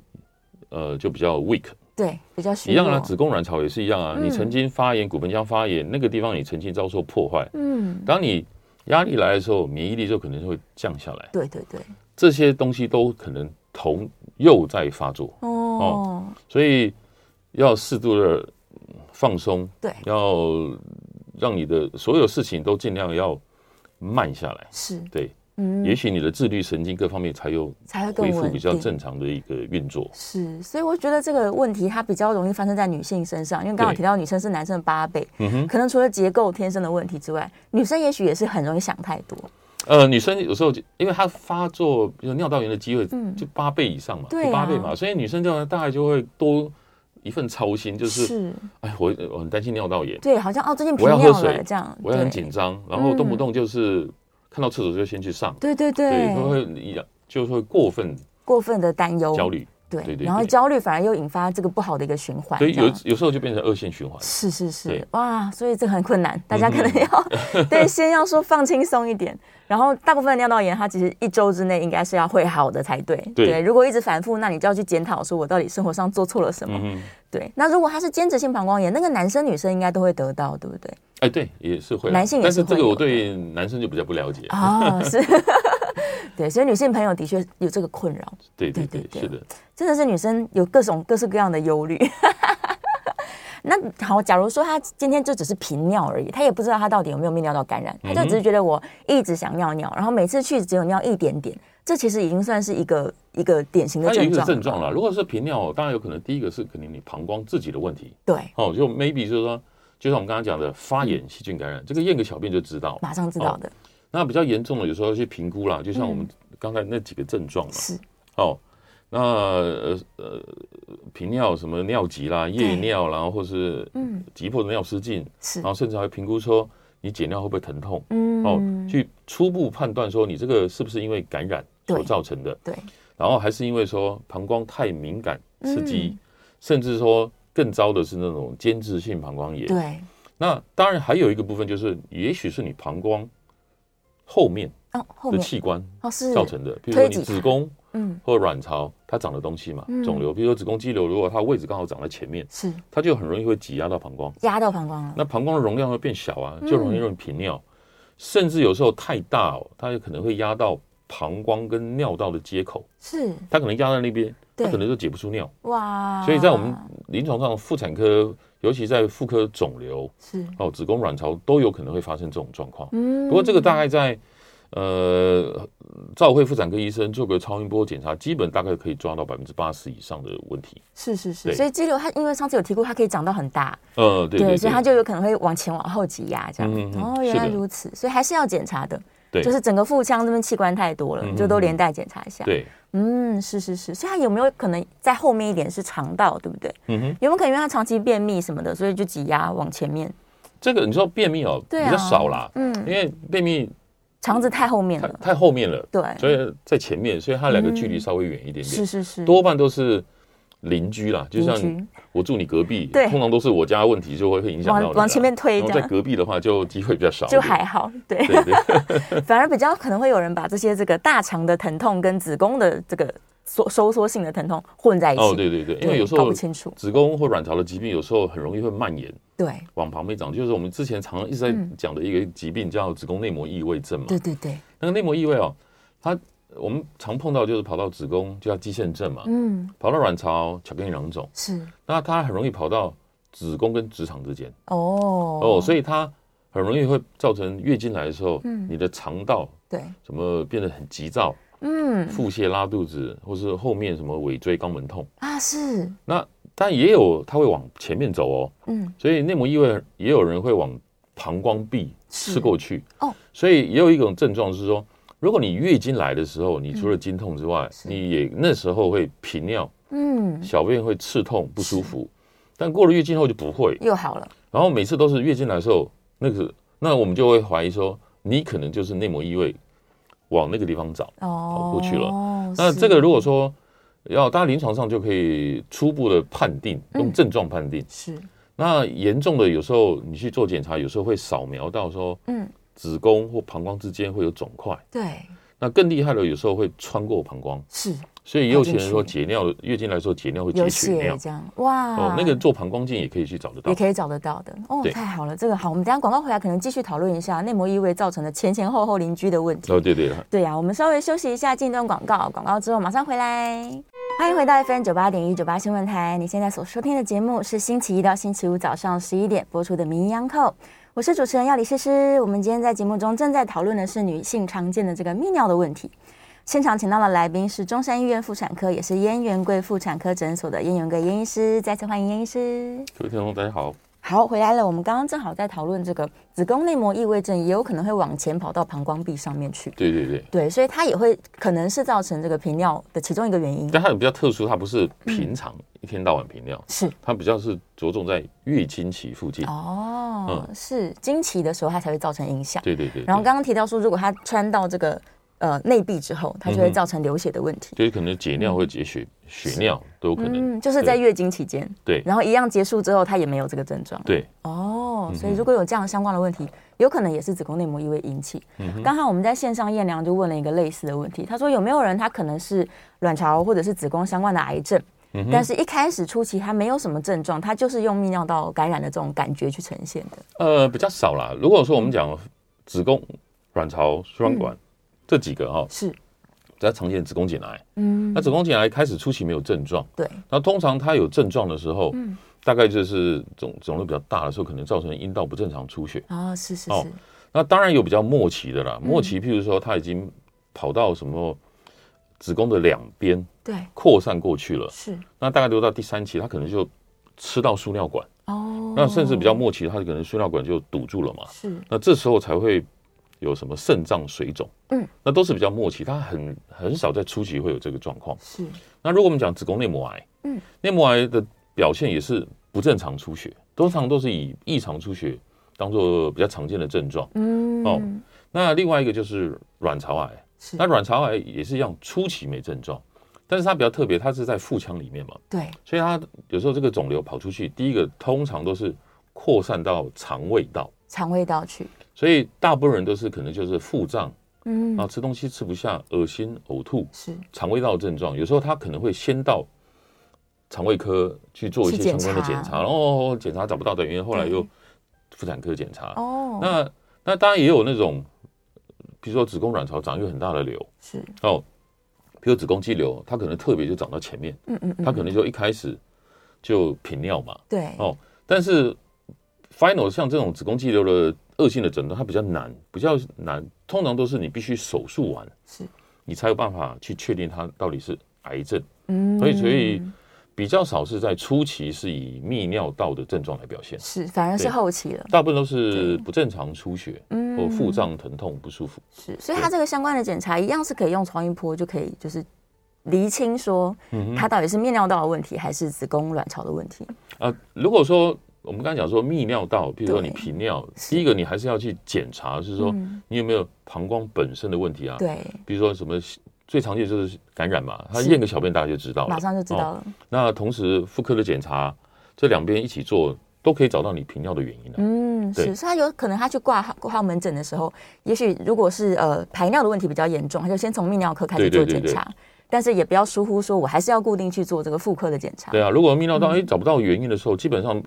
[SPEAKER 2] 呃就比较 weak，
[SPEAKER 1] 对比较虚
[SPEAKER 2] 一样啊，
[SPEAKER 1] 弱，
[SPEAKER 2] 子宫卵巢也是一样啊。
[SPEAKER 1] 嗯
[SPEAKER 2] 你曾经发炎，骨盆腔发炎，那个地方你曾经遭受破坏。
[SPEAKER 1] 嗯，
[SPEAKER 2] 当你压力来的时候，免疫力就可能会降下来，
[SPEAKER 1] 对对对，
[SPEAKER 2] 这些东西都可能同又在发作。
[SPEAKER 1] 哦，
[SPEAKER 2] 所以要适度的放松，
[SPEAKER 1] 对
[SPEAKER 2] 要让你的所有事情都尽量要慢下来，
[SPEAKER 1] 是，
[SPEAKER 2] 对，
[SPEAKER 1] 嗯
[SPEAKER 2] 也许你的自律神经各方面才有
[SPEAKER 1] 才会更
[SPEAKER 2] 恢复
[SPEAKER 1] 稳
[SPEAKER 2] 比较
[SPEAKER 1] 定。
[SPEAKER 2] 正常的一个运作。
[SPEAKER 1] 是，所以我觉得这个问题它比较容易发生在女性身上，因为刚好
[SPEAKER 2] 对
[SPEAKER 1] 提到女生是男生的八倍，
[SPEAKER 2] 嗯哼，
[SPEAKER 1] 可能除了结构天生的问题之外，女生也许也是很容易想太多。
[SPEAKER 2] 呃，女生有时候就因为她发作，比如尿道炎的机会
[SPEAKER 1] 嗯
[SPEAKER 2] 就八倍以上嘛，
[SPEAKER 1] 对啊
[SPEAKER 2] 就八倍嘛，所以女生这样大概就会多一份操心，就是
[SPEAKER 1] 是
[SPEAKER 2] 哎，我我很担心尿道炎，
[SPEAKER 1] 对，好像哦，最近频
[SPEAKER 2] 我要
[SPEAKER 1] 尿
[SPEAKER 2] 喝水
[SPEAKER 1] 了这样，
[SPEAKER 2] 我也很
[SPEAKER 1] 对
[SPEAKER 2] 紧张，然后动不动就是看到厕所就先去上。
[SPEAKER 1] 对嗯对
[SPEAKER 2] 对，
[SPEAKER 1] 对，
[SPEAKER 2] 会会一样就会过分
[SPEAKER 1] 过分的担忧，
[SPEAKER 2] 焦虑，
[SPEAKER 1] 对，
[SPEAKER 2] 对对
[SPEAKER 1] 然后
[SPEAKER 2] 对
[SPEAKER 1] 焦虑反而又引发这个不好的一个循环，
[SPEAKER 2] 所以
[SPEAKER 1] 这
[SPEAKER 2] 有
[SPEAKER 1] 样
[SPEAKER 2] 有时候就变成恶性循环。
[SPEAKER 1] 是是是
[SPEAKER 2] 对，嗯
[SPEAKER 1] 哇，所以这个很困难，大家可能要、
[SPEAKER 2] (laughs)
[SPEAKER 1] 对，先要说放轻松一点。然后大部分的尿道炎，它其实一周之内应该是要会好的才对。
[SPEAKER 2] 对
[SPEAKER 1] 如果一直反复，那你就要去检讨，说我到底生活上做错了什么。
[SPEAKER 2] 嗯哼，
[SPEAKER 1] 对，那如果它是间质性膀胱炎，那个男生女生应该都会得到，对
[SPEAKER 2] (laughs)
[SPEAKER 1] 不对？
[SPEAKER 2] 哎，对，也是会啦，
[SPEAKER 1] 男性也
[SPEAKER 2] 但是
[SPEAKER 1] 是会
[SPEAKER 2] 这个
[SPEAKER 1] 有
[SPEAKER 2] 我
[SPEAKER 1] 的
[SPEAKER 2] 对男生就比较不了解。
[SPEAKER 1] 哦，是， (laughs) 对，所以女性朋友的确有这个困扰，
[SPEAKER 2] 对对
[SPEAKER 1] 对
[SPEAKER 2] 对，
[SPEAKER 1] 对
[SPEAKER 2] 是的，
[SPEAKER 1] 真的是女生有各种各式各样的忧虑。 (laughs) 那好，假如说她今天就只是频尿而已，她也不知道她到底有没有泌尿道感
[SPEAKER 2] 嗯
[SPEAKER 1] 染，她就只是觉得我一直想尿尿，然后每次去只有尿一点点，这其实已经算是一个一个典型的
[SPEAKER 2] 它有
[SPEAKER 1] 症
[SPEAKER 2] 一个
[SPEAKER 1] 状。啊
[SPEAKER 2] 症状啦。如果是频尿，当然有可能第一个是可能你膀胱自己的问题，
[SPEAKER 1] 对，
[SPEAKER 2] 哦，就 maybe 就是说，就像我们刚刚讲的发
[SPEAKER 1] 嗯
[SPEAKER 2] 炎细菌感染，这个验个小便就知道。
[SPEAKER 1] 马上知道
[SPEAKER 2] 哦
[SPEAKER 1] 的、
[SPEAKER 2] 那比较严重的，有时候要去评估啦，就像我们刚才那几个症状
[SPEAKER 1] 嗯
[SPEAKER 2] 嘛。
[SPEAKER 1] 是
[SPEAKER 2] 哦，那呃呃，频尿什么尿急啦、夜
[SPEAKER 1] 对
[SPEAKER 2] 尿啦，或是
[SPEAKER 1] 嗯
[SPEAKER 2] 急迫的尿失禁，
[SPEAKER 1] 是
[SPEAKER 2] 然，后甚至还会评估说你解尿会不会疼痛，
[SPEAKER 1] 嗯
[SPEAKER 2] 哦，去初步判断说你这个是不是因为感染所造成的，
[SPEAKER 1] 对，
[SPEAKER 2] 然后还是因为说膀胱太敏感
[SPEAKER 1] 嗯
[SPEAKER 2] 刺激，甚至说更糟的是那种间质性膀胱炎。
[SPEAKER 1] 对，
[SPEAKER 2] 那当然还有一个部分就是，也许是你膀胱后面
[SPEAKER 1] 哦，后
[SPEAKER 2] 的
[SPEAKER 1] 面
[SPEAKER 2] 器官
[SPEAKER 1] 哦是
[SPEAKER 2] 造成的，比如说
[SPEAKER 1] 推挤
[SPEAKER 2] 你子
[SPEAKER 1] 它
[SPEAKER 2] 宫
[SPEAKER 1] 嗯
[SPEAKER 2] 或卵巢它长的东西嘛，
[SPEAKER 1] 嗯
[SPEAKER 2] 肿瘤，比如说子宫肌瘤，如果它位置刚好长在前面，
[SPEAKER 1] 是
[SPEAKER 2] 它就很容易会挤压到膀胱，
[SPEAKER 1] 压到膀胱了，
[SPEAKER 2] 那膀胱的容量会变小啊，
[SPEAKER 1] 嗯
[SPEAKER 2] 就容易容易频尿，甚至有时候太大哦，它有可能会压到膀胱跟尿道的接口，
[SPEAKER 1] 是
[SPEAKER 2] 它可能压在那边，它
[SPEAKER 1] 对
[SPEAKER 2] 可能就解不出尿，
[SPEAKER 1] 哇，
[SPEAKER 2] 所以在我们临床上，妇产科尤其在妇科肿瘤
[SPEAKER 1] 是
[SPEAKER 2] 哦、子宫、卵巢都有可能会发生这种状况。
[SPEAKER 1] 嗯
[SPEAKER 2] 不过这个大概在呃，照会妇产科医生做个超音波检查，基本大概可以抓到百分之八十以上的问题。
[SPEAKER 1] 是是是，
[SPEAKER 2] 对
[SPEAKER 1] 所以肌瘤它因为上次有提过，它可以长到很大，
[SPEAKER 2] 呃，对对对，
[SPEAKER 1] 所以它就有可能会往前往后挤压这样。
[SPEAKER 2] 嗯嗯嗯
[SPEAKER 1] 哦，原来
[SPEAKER 2] 是的
[SPEAKER 1] 如此，所以还是要检查的。
[SPEAKER 2] 对
[SPEAKER 1] 就是整个腹腔那边器官太多了，
[SPEAKER 2] 嗯嗯
[SPEAKER 1] 你就都连带检查一下。，
[SPEAKER 2] 对，
[SPEAKER 1] 嗯，是是是，所以它有没有可能在后面一点是肠道，对不对？
[SPEAKER 2] 嗯哼，
[SPEAKER 1] 有没有可能因为它长期便秘什么的，所以就挤压往前面？
[SPEAKER 2] 这个你说便秘哦，比
[SPEAKER 1] 对啊
[SPEAKER 2] 较少啦，因
[SPEAKER 1] 嗯，
[SPEAKER 2] 为便秘
[SPEAKER 1] 肠子太后面
[SPEAKER 2] 太
[SPEAKER 1] 了，
[SPEAKER 2] 嗯太后面了，
[SPEAKER 1] 对，
[SPEAKER 2] 所以在前面，所以它两个距离
[SPEAKER 1] 嗯
[SPEAKER 2] 稍微远一点
[SPEAKER 1] 是
[SPEAKER 2] 点，
[SPEAKER 1] 是是，
[SPEAKER 2] 多半都是邻居啦，就
[SPEAKER 1] 邻
[SPEAKER 2] 像
[SPEAKER 1] 居
[SPEAKER 2] 我住你隔壁，
[SPEAKER 1] 对
[SPEAKER 2] 通常都是我家的问题就会会影响到
[SPEAKER 1] 往
[SPEAKER 2] 你啦
[SPEAKER 1] 往前面推
[SPEAKER 2] 然后
[SPEAKER 1] 这
[SPEAKER 2] 在
[SPEAKER 1] 样
[SPEAKER 2] 隔壁的话就机会比较少一
[SPEAKER 1] 就
[SPEAKER 2] 点，
[SPEAKER 1] 还好，对，
[SPEAKER 2] 对
[SPEAKER 1] (laughs)
[SPEAKER 2] 对，
[SPEAKER 1] 反而比较可能会有人把这些这个大肠的疼痛跟子宫的这个收收缩性的疼痛混在一起，
[SPEAKER 2] 哦对对对，因为有时
[SPEAKER 1] 搞
[SPEAKER 2] 候
[SPEAKER 1] 不清楚，
[SPEAKER 2] 子宫或卵巢的疾病有时候很容易会蔓延
[SPEAKER 1] 对
[SPEAKER 2] 往旁边长，就是我们之前常常一直在
[SPEAKER 1] 嗯
[SPEAKER 2] 讲的一个疾病叫子宫内膜异位症嘛，
[SPEAKER 1] 对对对，
[SPEAKER 2] 那个内膜异位哦，它我们常碰到就是跑到子宫就叫肌腺症嘛，
[SPEAKER 1] 嗯，
[SPEAKER 2] 跑到卵巢巧克力囊肿，
[SPEAKER 1] 是
[SPEAKER 2] 那它很容易跑到子宫跟直肠之间
[SPEAKER 1] 哦
[SPEAKER 2] 哦，所以它很容易会造成月经来的时候，
[SPEAKER 1] 嗯
[SPEAKER 2] 你的肠道
[SPEAKER 1] 对，
[SPEAKER 2] 什么变得很急躁，
[SPEAKER 1] 嗯
[SPEAKER 2] 腹泻、拉肚子，或是后面什么尾椎、肛门痛。
[SPEAKER 1] 啊是，
[SPEAKER 2] 那但也有它会往前面走哦，
[SPEAKER 1] 嗯
[SPEAKER 2] 所以内膜异位也有人会往膀胱壁
[SPEAKER 1] 是
[SPEAKER 2] 吃过去
[SPEAKER 1] 哦，
[SPEAKER 2] 所以也有一种症状是说，如果你月经来的时候，你除了经痛之外，
[SPEAKER 1] 嗯是
[SPEAKER 2] 你也那时候会频尿，
[SPEAKER 1] 嗯
[SPEAKER 2] 小便会刺痛不舒服，但过了月经后就不会，
[SPEAKER 1] 又好了，
[SPEAKER 2] 然后每次都是月经来的时候，那个那我们就会怀疑说，你可能就是内膜异位往那个地方找。
[SPEAKER 1] 哦
[SPEAKER 2] 跑过去了
[SPEAKER 1] 了
[SPEAKER 2] 那这个如果说要大家临床上就可以初步的判定，用
[SPEAKER 1] 嗯
[SPEAKER 2] 症状判定。
[SPEAKER 1] 是
[SPEAKER 2] 那严重的有时候你去做检查，有时候会扫描到说
[SPEAKER 1] 嗯
[SPEAKER 2] 子宫或膀胱之间会有肿块。
[SPEAKER 1] 对
[SPEAKER 2] 那更厉害的，有时候会穿过膀胱，
[SPEAKER 1] 是
[SPEAKER 2] 所以也有些人说
[SPEAKER 1] 跑进
[SPEAKER 2] 解尿的月经来说解尿会
[SPEAKER 1] 有
[SPEAKER 2] 解血
[SPEAKER 1] 血
[SPEAKER 2] 尿。
[SPEAKER 1] 这样哇
[SPEAKER 2] 哦，那个做膀胱镜也可以去找得到
[SPEAKER 1] 也。可以找得到的哦，
[SPEAKER 2] 对
[SPEAKER 1] 太好了，这个好，我们等一下广告回来可能继续讨论一下内膜异位造成的前前后后邻居的问题。
[SPEAKER 2] 哦，对对，
[SPEAKER 1] 对啊呀、我们稍微休息一下，进一段广告，广告之后马上回来。欢迎回到 FM 九八点一九八新闻台，你现在所收听的节目是星期一到星期五早上十一点播出的《名医央叩》，我是主持人要李诗诗。我们今天在节目中正在讨论的是女性常见的这个泌尿的问题。现场请到的来宾是中山医院妇产科，也是燕园贵妇产科诊所的燕园贵燕医师，再次欢迎燕医师。
[SPEAKER 2] 各位听众大家好。
[SPEAKER 1] 好，回来了。我们刚刚正好在讨论这个子宫内膜异位症，也有可能会往前跑到膀胱壁上面去。
[SPEAKER 2] 对对对，
[SPEAKER 1] 对，所以它也会可能是造成这个频尿的其中一个原因。
[SPEAKER 2] 但它比较特殊，它不是
[SPEAKER 1] 嗯
[SPEAKER 2] 平常一天到晚频尿，
[SPEAKER 1] 是
[SPEAKER 2] 它比较是着重在月经期附近。
[SPEAKER 1] 哦，是经期的时候它才会造成影响。
[SPEAKER 2] 嗯对对对，
[SPEAKER 1] 然后
[SPEAKER 2] 对
[SPEAKER 1] 刚刚提到说，如果它穿到这个呃内壁之后，它就
[SPEAKER 2] 嗯
[SPEAKER 1] 会
[SPEAKER 2] 哼
[SPEAKER 1] 造成流血的问题。
[SPEAKER 2] 就是可能解尿或解血、血尿都有可能，
[SPEAKER 1] 嗯就是在月经期间。
[SPEAKER 2] 对
[SPEAKER 1] 然后一样结束之后，它也没有这个症状。
[SPEAKER 2] 对
[SPEAKER 1] 哦，所以
[SPEAKER 2] 嗯哼
[SPEAKER 1] 如果有这样相关的问题，有可能也是子宫内膜异位引起。
[SPEAKER 2] 嗯
[SPEAKER 1] 刚好我们在线上燕良就问了一个类似的问题，他说有没有人他可能是卵巢或者是子宫相关的癌症，
[SPEAKER 2] 嗯
[SPEAKER 1] 但是一开始初期他没有什么症状，他就是用泌尿道感染的这种感觉去呈现的。
[SPEAKER 2] 呃，比较少啦。如果说我们讲子宫、卵巢、输卵
[SPEAKER 1] 嗯
[SPEAKER 2] 管、这几个哈、哦，
[SPEAKER 1] 是，
[SPEAKER 2] 比较常见的子宫颈癌。
[SPEAKER 1] 嗯
[SPEAKER 2] 那，子宫颈癌开始初期没有症状，
[SPEAKER 1] 对，
[SPEAKER 2] 那通常它有症状的时候，
[SPEAKER 1] 嗯
[SPEAKER 2] 大概就是肿肿瘤比较大的时候，可能造成阴道不正常出血。
[SPEAKER 1] 哦，是是
[SPEAKER 2] 哦
[SPEAKER 1] 是，
[SPEAKER 2] 那当然有比较末期的
[SPEAKER 1] 嗯
[SPEAKER 2] 啦，末期譬如说它已经跑到什么子宫的两边
[SPEAKER 1] 对，
[SPEAKER 2] 扩散过去了，
[SPEAKER 1] 是，
[SPEAKER 2] 那大概留到第三期，它可能就吃到输尿管。
[SPEAKER 1] 哦，
[SPEAKER 2] 那甚至比较末期，它可能输尿管就堵住了嘛。
[SPEAKER 1] 是，
[SPEAKER 2] 那这时候才会有什么肾脏水肿，
[SPEAKER 1] 嗯，
[SPEAKER 2] 那都是比较末期，它很很少在初期会有这个状况。
[SPEAKER 1] 是，
[SPEAKER 2] 那如果我们讲子宫内膜癌，
[SPEAKER 1] 嗯，
[SPEAKER 2] 内膜癌的表现也是不正常出血，通常都是以异常出血当做比较常见的症状。
[SPEAKER 1] 嗯，
[SPEAKER 2] 哦那另外一个就是卵巢癌，
[SPEAKER 1] 是，
[SPEAKER 2] 那卵巢癌也是一样，初期没症状，但是它比较特别，它是在腹腔里面嘛，
[SPEAKER 1] 对，
[SPEAKER 2] 所以它有时候这个肿瘤跑出去，第一个通常都是扩散到肠胃道。
[SPEAKER 1] 肠胃道去，
[SPEAKER 2] 所以大部分人都是可能就是腹胀、
[SPEAKER 3] 嗯
[SPEAKER 2] 然后吃东西吃不下，恶心、呕吐、
[SPEAKER 1] 是
[SPEAKER 2] 肠胃道的症状，有时候他可能会先到肠胃科去做一
[SPEAKER 1] 去
[SPEAKER 2] 些
[SPEAKER 1] 检
[SPEAKER 2] 相关的检
[SPEAKER 1] 查
[SPEAKER 2] 查，然后检查找不到的原因，后来
[SPEAKER 1] 对
[SPEAKER 2] 又妇产科检查。
[SPEAKER 1] 哦，
[SPEAKER 2] 那那当然也有那种，比如说子宫卵巢长一个很大的瘤
[SPEAKER 1] 是
[SPEAKER 2] 哦，比如子宫肌瘤，它可能特别就长到前面，
[SPEAKER 1] 嗯嗯嗯，
[SPEAKER 2] 它可能就一开始就频尿嘛，
[SPEAKER 1] 对
[SPEAKER 2] 哦但是 final 像这种子宫肌瘤的恶性的诊断，它比较难，比较难，通常都是你必须手术完，
[SPEAKER 1] 是
[SPEAKER 2] 你才有办法去确定它到底是癌症，
[SPEAKER 1] 嗯
[SPEAKER 2] 所以所以比较少是在初期是以泌尿道的症状来表现，
[SPEAKER 1] 是反而是
[SPEAKER 2] 对
[SPEAKER 1] 后期了，
[SPEAKER 2] 大部分都是
[SPEAKER 1] 对
[SPEAKER 2] 不正常出血
[SPEAKER 1] 嗯
[SPEAKER 2] 或腹胀疼痛不舒服。
[SPEAKER 1] 是，所以它这个相关的检查一样是可以用超音波就可以就是厘清说
[SPEAKER 2] 嗯
[SPEAKER 1] 它到底是泌尿道的问题还是子宫卵巢的问题，
[SPEAKER 2] 啊，如果说我们刚才讲说泌尿道，譬如说
[SPEAKER 1] 对
[SPEAKER 2] 你频尿，第一个你还是要去检查，是说
[SPEAKER 1] 嗯
[SPEAKER 2] 你有没有膀胱本身的问题啊？，
[SPEAKER 1] 对，
[SPEAKER 2] 比如说什么最常见就是感染嘛，他
[SPEAKER 1] 是
[SPEAKER 2] 验个小便大家就知道了，
[SPEAKER 1] 马上就知道
[SPEAKER 2] 哦
[SPEAKER 1] 了，
[SPEAKER 2] 那同时妇科的检查，这两边一起做，都可以找到你频尿的原因啊。
[SPEAKER 1] 嗯，是，
[SPEAKER 2] 对
[SPEAKER 1] 所以他有可能他去挂号挂号门诊的时候，也许如果是呃排尿的问题比较严重，他就先从泌尿科开始做
[SPEAKER 2] 对对
[SPEAKER 1] 检
[SPEAKER 2] 对
[SPEAKER 1] 查，但是也不要疏忽说我还是要固定去做这个妇科的检查，
[SPEAKER 2] 对啊，如果泌尿
[SPEAKER 1] 嗯
[SPEAKER 2] 道哎找不到原因的时候，基本上，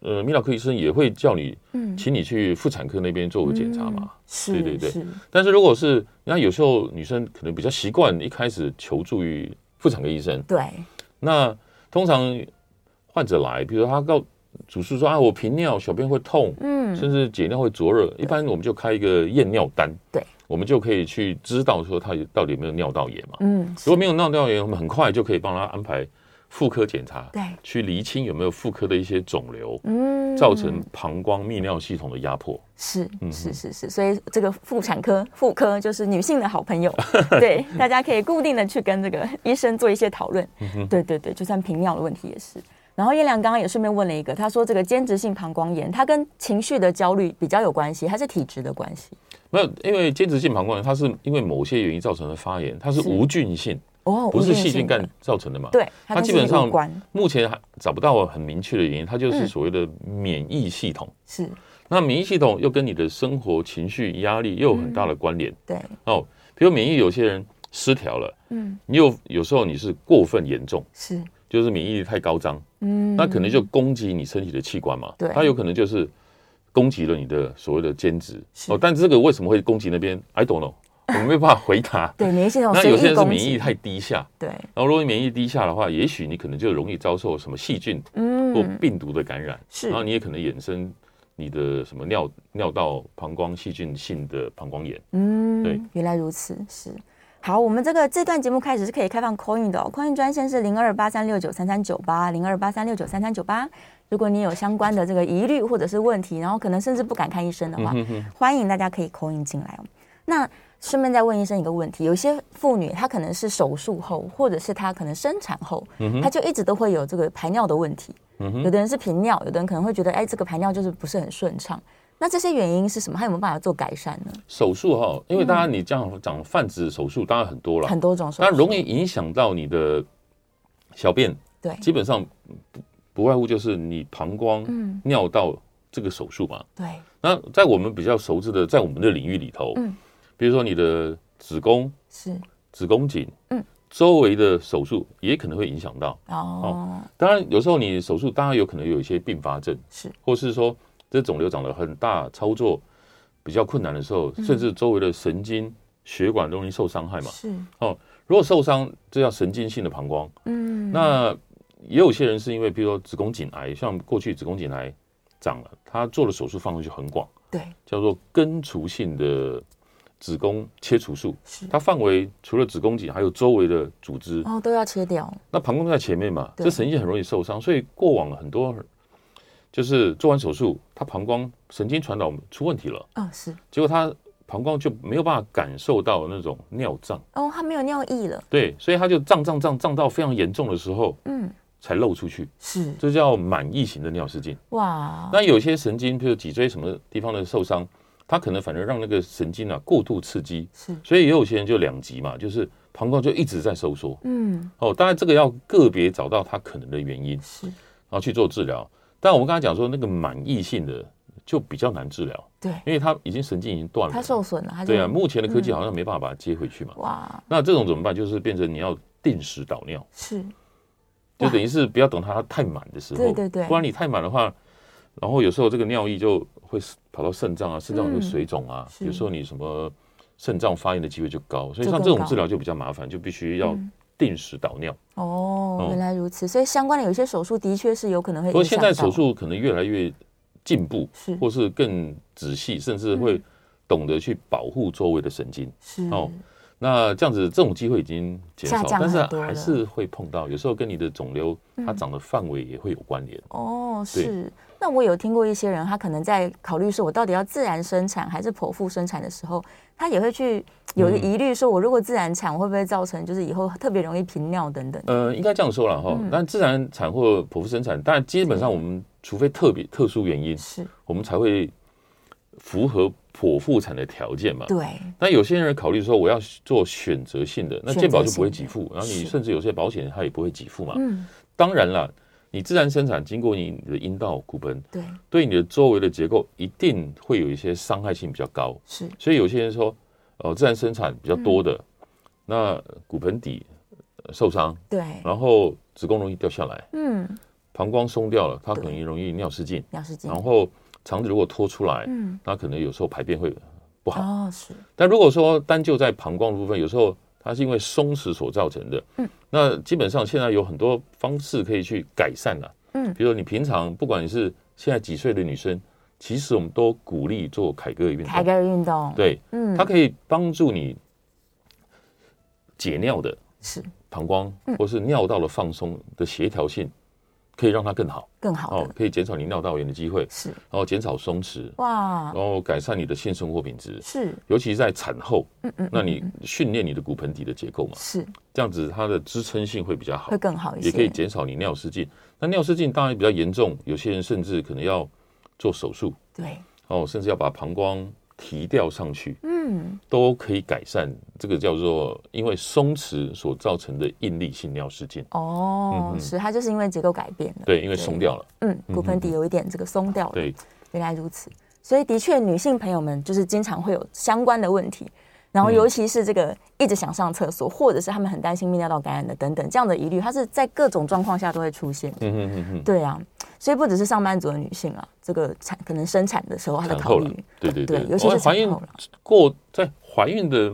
[SPEAKER 2] 呃，泌尿科医生也会叫你，
[SPEAKER 1] 嗯
[SPEAKER 2] 请你去妇产科那边做个检查嘛。
[SPEAKER 1] 是，
[SPEAKER 2] 对对对
[SPEAKER 1] 嗯是
[SPEAKER 2] 但是如果是那有时候女生可能比较习惯一开始求助于妇产科医生，
[SPEAKER 1] 对，
[SPEAKER 2] 那通常患者来，比如说他告主诉说啊，我频尿，小便会痛，
[SPEAKER 1] 嗯，
[SPEAKER 2] 甚至解尿会灼热，一般我们就开一个验尿单，
[SPEAKER 1] 对，
[SPEAKER 2] 我们就可以去知道说他到底有没有尿道炎嘛。
[SPEAKER 1] 嗯，
[SPEAKER 2] 如果没有尿道炎，我们很快就可以帮他安排妇科检查，
[SPEAKER 1] 对，
[SPEAKER 2] 去厘清有没有妇科的一些肿瘤，
[SPEAKER 1] 嗯，
[SPEAKER 2] 造成膀胱泌尿系统的压迫。
[SPEAKER 1] 是
[SPEAKER 2] 嗯
[SPEAKER 1] 是
[SPEAKER 2] 哼
[SPEAKER 1] 是是，所以这个妇产科妇科就是女性的好朋
[SPEAKER 2] (laughs)
[SPEAKER 1] 友，对，大家可以固定的去跟这个医生做一些讨论，
[SPEAKER 2] 嗯
[SPEAKER 1] 对对对，就算频尿的问题也是。然后叶良刚刚也顺便问了一个，他说这个间质性膀胱炎，它跟情绪的焦虑比较有关系，还是体质的关系？
[SPEAKER 2] 没有，因为间质性膀胱炎它是因为某些原因造成的发炎，它是
[SPEAKER 1] 是
[SPEAKER 2] 无菌性，
[SPEAKER 1] 哦，
[SPEAKER 2] 不
[SPEAKER 1] 无
[SPEAKER 2] 是细菌
[SPEAKER 1] 性的
[SPEAKER 2] 干，造成的嘛。
[SPEAKER 1] 对，它
[SPEAKER 2] 它
[SPEAKER 1] 跟
[SPEAKER 2] 基
[SPEAKER 1] 性
[SPEAKER 2] 本
[SPEAKER 1] 无
[SPEAKER 2] 上
[SPEAKER 1] 关
[SPEAKER 2] 目前还找不到很明确的原因，它就
[SPEAKER 1] 嗯
[SPEAKER 2] 是所谓的免疫系统。
[SPEAKER 1] 是，
[SPEAKER 2] 那免疫系统又跟你的生活、情绪、压力又有很大的关联、
[SPEAKER 1] 对，
[SPEAKER 2] 哦。比如免疫有些人失调了，
[SPEAKER 1] 嗯，
[SPEAKER 2] 你有有时候你是过分严重，
[SPEAKER 1] 是，
[SPEAKER 2] 就是免疫力太高涨，
[SPEAKER 1] 嗯，
[SPEAKER 2] 那可能就攻击你身体的器官嘛。
[SPEAKER 1] 对
[SPEAKER 2] 它有可能就是攻击了你的所谓的间质
[SPEAKER 1] 是
[SPEAKER 2] 哦。但这个为什么会攻击那边
[SPEAKER 1] (laughs)。
[SPEAKER 2] ？I don't know，我们没有办法回答
[SPEAKER 1] 对免疫系统
[SPEAKER 2] (laughs) 那
[SPEAKER 1] 哦随
[SPEAKER 2] 有些
[SPEAKER 1] 意
[SPEAKER 2] 人是
[SPEAKER 1] 攻
[SPEAKER 2] 免疫
[SPEAKER 1] 击，
[SPEAKER 2] 太低下，
[SPEAKER 1] 对，
[SPEAKER 2] 然后如果免疫低下的话，也许你可能就容易遭受什么细菌或
[SPEAKER 1] 嗯，
[SPEAKER 2] 病毒的感染，
[SPEAKER 1] 是
[SPEAKER 2] 然后你也可能衍生你的什么尿尿道膀胱细菌性的膀胱炎。
[SPEAKER 1] 嗯，
[SPEAKER 2] 对，
[SPEAKER 1] 原来如此，是。好，我们这个这段节目开始是可以开放 coin 的、哦、，coin 专线是零二八三六九三三九八零二八三六九三三九八。如果你有相关的这个疑虑或者是问题，然后可能甚至不敢看医生的话，欢迎大家可以 coin 进来哦。那顺便再问医生一个问题：有些妇女她可能是手术后，或者是她可能生产后，她就一直都会有这个排尿的问题。有的人是频尿，有的人可能会觉得，哎，这个排尿就是不是很顺畅。那这些原因是什么？她有没有办法做改善呢？
[SPEAKER 2] 手术哈，因为大家你这样讲泛指手术，当然很多了，
[SPEAKER 1] 嗯很多种手术，
[SPEAKER 2] 当然容易影响到你的小便，
[SPEAKER 1] 对，
[SPEAKER 2] 基本上不不外乎就是你膀胱、
[SPEAKER 1] 嗯
[SPEAKER 2] 尿道这个手术嘛。
[SPEAKER 1] 对，
[SPEAKER 2] 那在我们比较熟知的，在我们的领域里头，
[SPEAKER 1] 嗯
[SPEAKER 2] 比如说你的子宫、
[SPEAKER 1] 是
[SPEAKER 2] 子宫颈，
[SPEAKER 1] 嗯
[SPEAKER 2] 周围的手术也可能会影响到。
[SPEAKER 1] 哦，
[SPEAKER 2] 当然，有时候你手术当然有可能有一些并发症，
[SPEAKER 1] 是
[SPEAKER 2] 或是说这肿瘤长得很大，操作比较困难的时候，
[SPEAKER 1] 嗯
[SPEAKER 2] 甚至周围的神经血管容易受伤害嘛。
[SPEAKER 1] 是，
[SPEAKER 2] 如果受伤，这叫神经性的膀胱。
[SPEAKER 1] 嗯，
[SPEAKER 2] 那也有些人是因为，比如说子宫颈癌，像过去子宫颈癌长了，他做的手术范围就很广，
[SPEAKER 1] 对
[SPEAKER 2] 叫做根除性的子宫切除术。
[SPEAKER 1] 是
[SPEAKER 2] 它范围除了子宫颈，还有周围的组织。
[SPEAKER 1] 哦都要切掉，
[SPEAKER 2] 那膀胱在前面嘛，
[SPEAKER 1] 对
[SPEAKER 2] 这神经很容易受伤，所以过往很多就是做完手术，他膀胱神经传导出问题了，
[SPEAKER 1] 哦是
[SPEAKER 2] 结果他膀胱就没有办法感受到那种尿胀，
[SPEAKER 1] 哦，他没有尿意了，
[SPEAKER 2] 对，所以他就胀胀胀胀到非常严重的时候
[SPEAKER 1] 嗯
[SPEAKER 2] 才漏出去，
[SPEAKER 1] 是
[SPEAKER 2] 这叫满溢型的尿失禁。
[SPEAKER 1] 哇，
[SPEAKER 2] 那有些神经，譬如脊椎什么地方的受伤，它可能反而让那个神经啊过度刺激，
[SPEAKER 1] 是
[SPEAKER 2] 所以也有些人就两极嘛，就是膀胱就一直在收缩。
[SPEAKER 1] 嗯
[SPEAKER 2] 哦，当然这个要个别找到它可能的原因。
[SPEAKER 1] 是
[SPEAKER 2] 然后去做治疗。但我们刚才讲说，那个满意性的就比较难治疗，
[SPEAKER 1] 对，
[SPEAKER 2] 因为他已经神经已经断了。
[SPEAKER 1] 他受嗯损了，他就
[SPEAKER 2] 对啊，目前的科技好像没办法把它接回去嘛。
[SPEAKER 1] 哇，
[SPEAKER 2] 那这种怎么办？就是变成你要定时导尿，
[SPEAKER 1] 是
[SPEAKER 2] 就等于是不要等它太满的时候，
[SPEAKER 1] 对对对
[SPEAKER 2] 不然你太满的话，然后有时候这个尿液就会跑到肾脏啊，肾脏
[SPEAKER 1] 嗯
[SPEAKER 2] 会水肿啊，
[SPEAKER 1] 是
[SPEAKER 2] 有时候你什么肾脏发炎的机会就高，所
[SPEAKER 1] 就
[SPEAKER 2] 以像
[SPEAKER 1] 更
[SPEAKER 2] 这种
[SPEAKER 1] 高
[SPEAKER 2] 治疗就比较麻烦，就必须要
[SPEAKER 1] 嗯
[SPEAKER 2] 定时导尿。
[SPEAKER 1] 哦，
[SPEAKER 2] 嗯
[SPEAKER 1] 原来如此，所以相关的有些手术的确是有可能会
[SPEAKER 2] 不过
[SPEAKER 1] 影响
[SPEAKER 2] 现
[SPEAKER 1] 到。
[SPEAKER 2] 在手术可能越来越进步，
[SPEAKER 1] 是
[SPEAKER 2] 或是更仔细，甚至
[SPEAKER 1] 嗯
[SPEAKER 2] 会懂得去保护周围的神经。
[SPEAKER 1] 是
[SPEAKER 2] 哦那这样子，这种机会已经减
[SPEAKER 1] 下
[SPEAKER 2] 少，
[SPEAKER 1] 降
[SPEAKER 2] 但是
[SPEAKER 1] 很多了嗯
[SPEAKER 2] 还是会碰到。有时候跟你的肿瘤它长的范围也会有关联。
[SPEAKER 1] 哦，是。那我有听过一些人，他可能在考虑说，我到底要自然生产还是剖腹生产的时候，他也会去有一
[SPEAKER 2] 嗯
[SPEAKER 1] 个疑虑，说我如果自然产，我会不会造成就是以后特别容易频尿等等？
[SPEAKER 2] 呃，应该这样说了哈。但自然产或剖腹生产，当然基本上我们除非特别特殊原因，
[SPEAKER 1] 是
[SPEAKER 2] 我们才会符合剖腹产的条件嘛。
[SPEAKER 1] 对，
[SPEAKER 2] 那有些人考虑说我要做选择性的，那健保就不会给付，然后
[SPEAKER 1] 是
[SPEAKER 2] 你甚至有些保险它也不会给付嘛。
[SPEAKER 1] 嗯，
[SPEAKER 2] 当然了，你自然生产经过你的阴道骨盆，
[SPEAKER 1] 对，
[SPEAKER 2] 对你的周围的结构一定会有一些伤害性比较高。
[SPEAKER 1] 是
[SPEAKER 2] 所以有些人说，呃，自然生产比较多的，那骨盆底呃受伤，
[SPEAKER 1] 对，
[SPEAKER 2] 然后子宫容易掉下来，
[SPEAKER 1] 嗯，
[SPEAKER 2] 膀胱松掉了，它可
[SPEAKER 1] 对
[SPEAKER 2] 能容易尿失禁，
[SPEAKER 1] 尿失禁，
[SPEAKER 2] 然后肠子如果脱出来，
[SPEAKER 1] 嗯，
[SPEAKER 2] 那可能有时候排便会不好。
[SPEAKER 1] 哦，是
[SPEAKER 2] 但如果说单就在膀胱的部分，有时候它是因为松弛所造成的，嗯，那基本上现在有很多方式可以去改善了、
[SPEAKER 1] 嗯
[SPEAKER 2] 比如说你平常不管你是现在几岁的女生，其实我们都鼓励做凯歌运
[SPEAKER 1] 凯
[SPEAKER 2] 动
[SPEAKER 1] 格，尔运动，，
[SPEAKER 2] 对，
[SPEAKER 1] 嗯，
[SPEAKER 2] 它可以帮助你解尿的
[SPEAKER 1] 是
[SPEAKER 2] 膀胱
[SPEAKER 1] 嗯
[SPEAKER 2] 或是尿道的放松的协调性，可以让它更好
[SPEAKER 1] 更好
[SPEAKER 2] 哦
[SPEAKER 1] 的，，
[SPEAKER 2] 可以减少你尿道炎的机会，然
[SPEAKER 1] 是
[SPEAKER 2] 后减少松弛，
[SPEAKER 1] 哇
[SPEAKER 2] 然，后改善你的性生活品质，
[SPEAKER 1] 是，
[SPEAKER 2] 尤其在产后，
[SPEAKER 1] 嗯嗯，
[SPEAKER 2] 那你训练你的骨盆底的结构嘛，
[SPEAKER 1] 是
[SPEAKER 2] 这样子它的支撑性会比较好
[SPEAKER 1] 会，更好一些，
[SPEAKER 2] 也可以减少你尿失禁。那尿失禁当然比较严重，有些人甚至可能要做手术
[SPEAKER 1] 对，
[SPEAKER 2] 哦，甚至要把膀胱提吊上去。
[SPEAKER 1] 嗯，
[SPEAKER 2] 都可以改善这个叫做因为松弛所造成的应力性尿失禁。
[SPEAKER 1] 哦，
[SPEAKER 2] 嗯嗯
[SPEAKER 1] 是，它就是因为结构改变了，
[SPEAKER 2] 对，因为松掉了。
[SPEAKER 1] 嗯，骨盆底
[SPEAKER 2] 嗯嗯
[SPEAKER 1] 有一点这个松掉了，
[SPEAKER 2] 对，
[SPEAKER 1] 原来如此，所以的确，女性朋友们就是经常会有相关的问题，然后
[SPEAKER 2] 嗯
[SPEAKER 1] 尤其是这个一直想上厕所，或者是她们很担心泌尿道感染的等等这样的疑虑，它是在各种状况下都会出现。
[SPEAKER 2] 嗯哼哼哼，
[SPEAKER 1] 对啊，所以不只是上班族的女性啊，这个产可能生产的时候她的
[SPEAKER 2] 产
[SPEAKER 1] 考
[SPEAKER 2] 后了
[SPEAKER 1] 虑，，
[SPEAKER 2] 对对
[SPEAKER 1] 对尤其是
[SPEAKER 2] 哦怀孕
[SPEAKER 1] 产后了
[SPEAKER 2] 过在怀孕的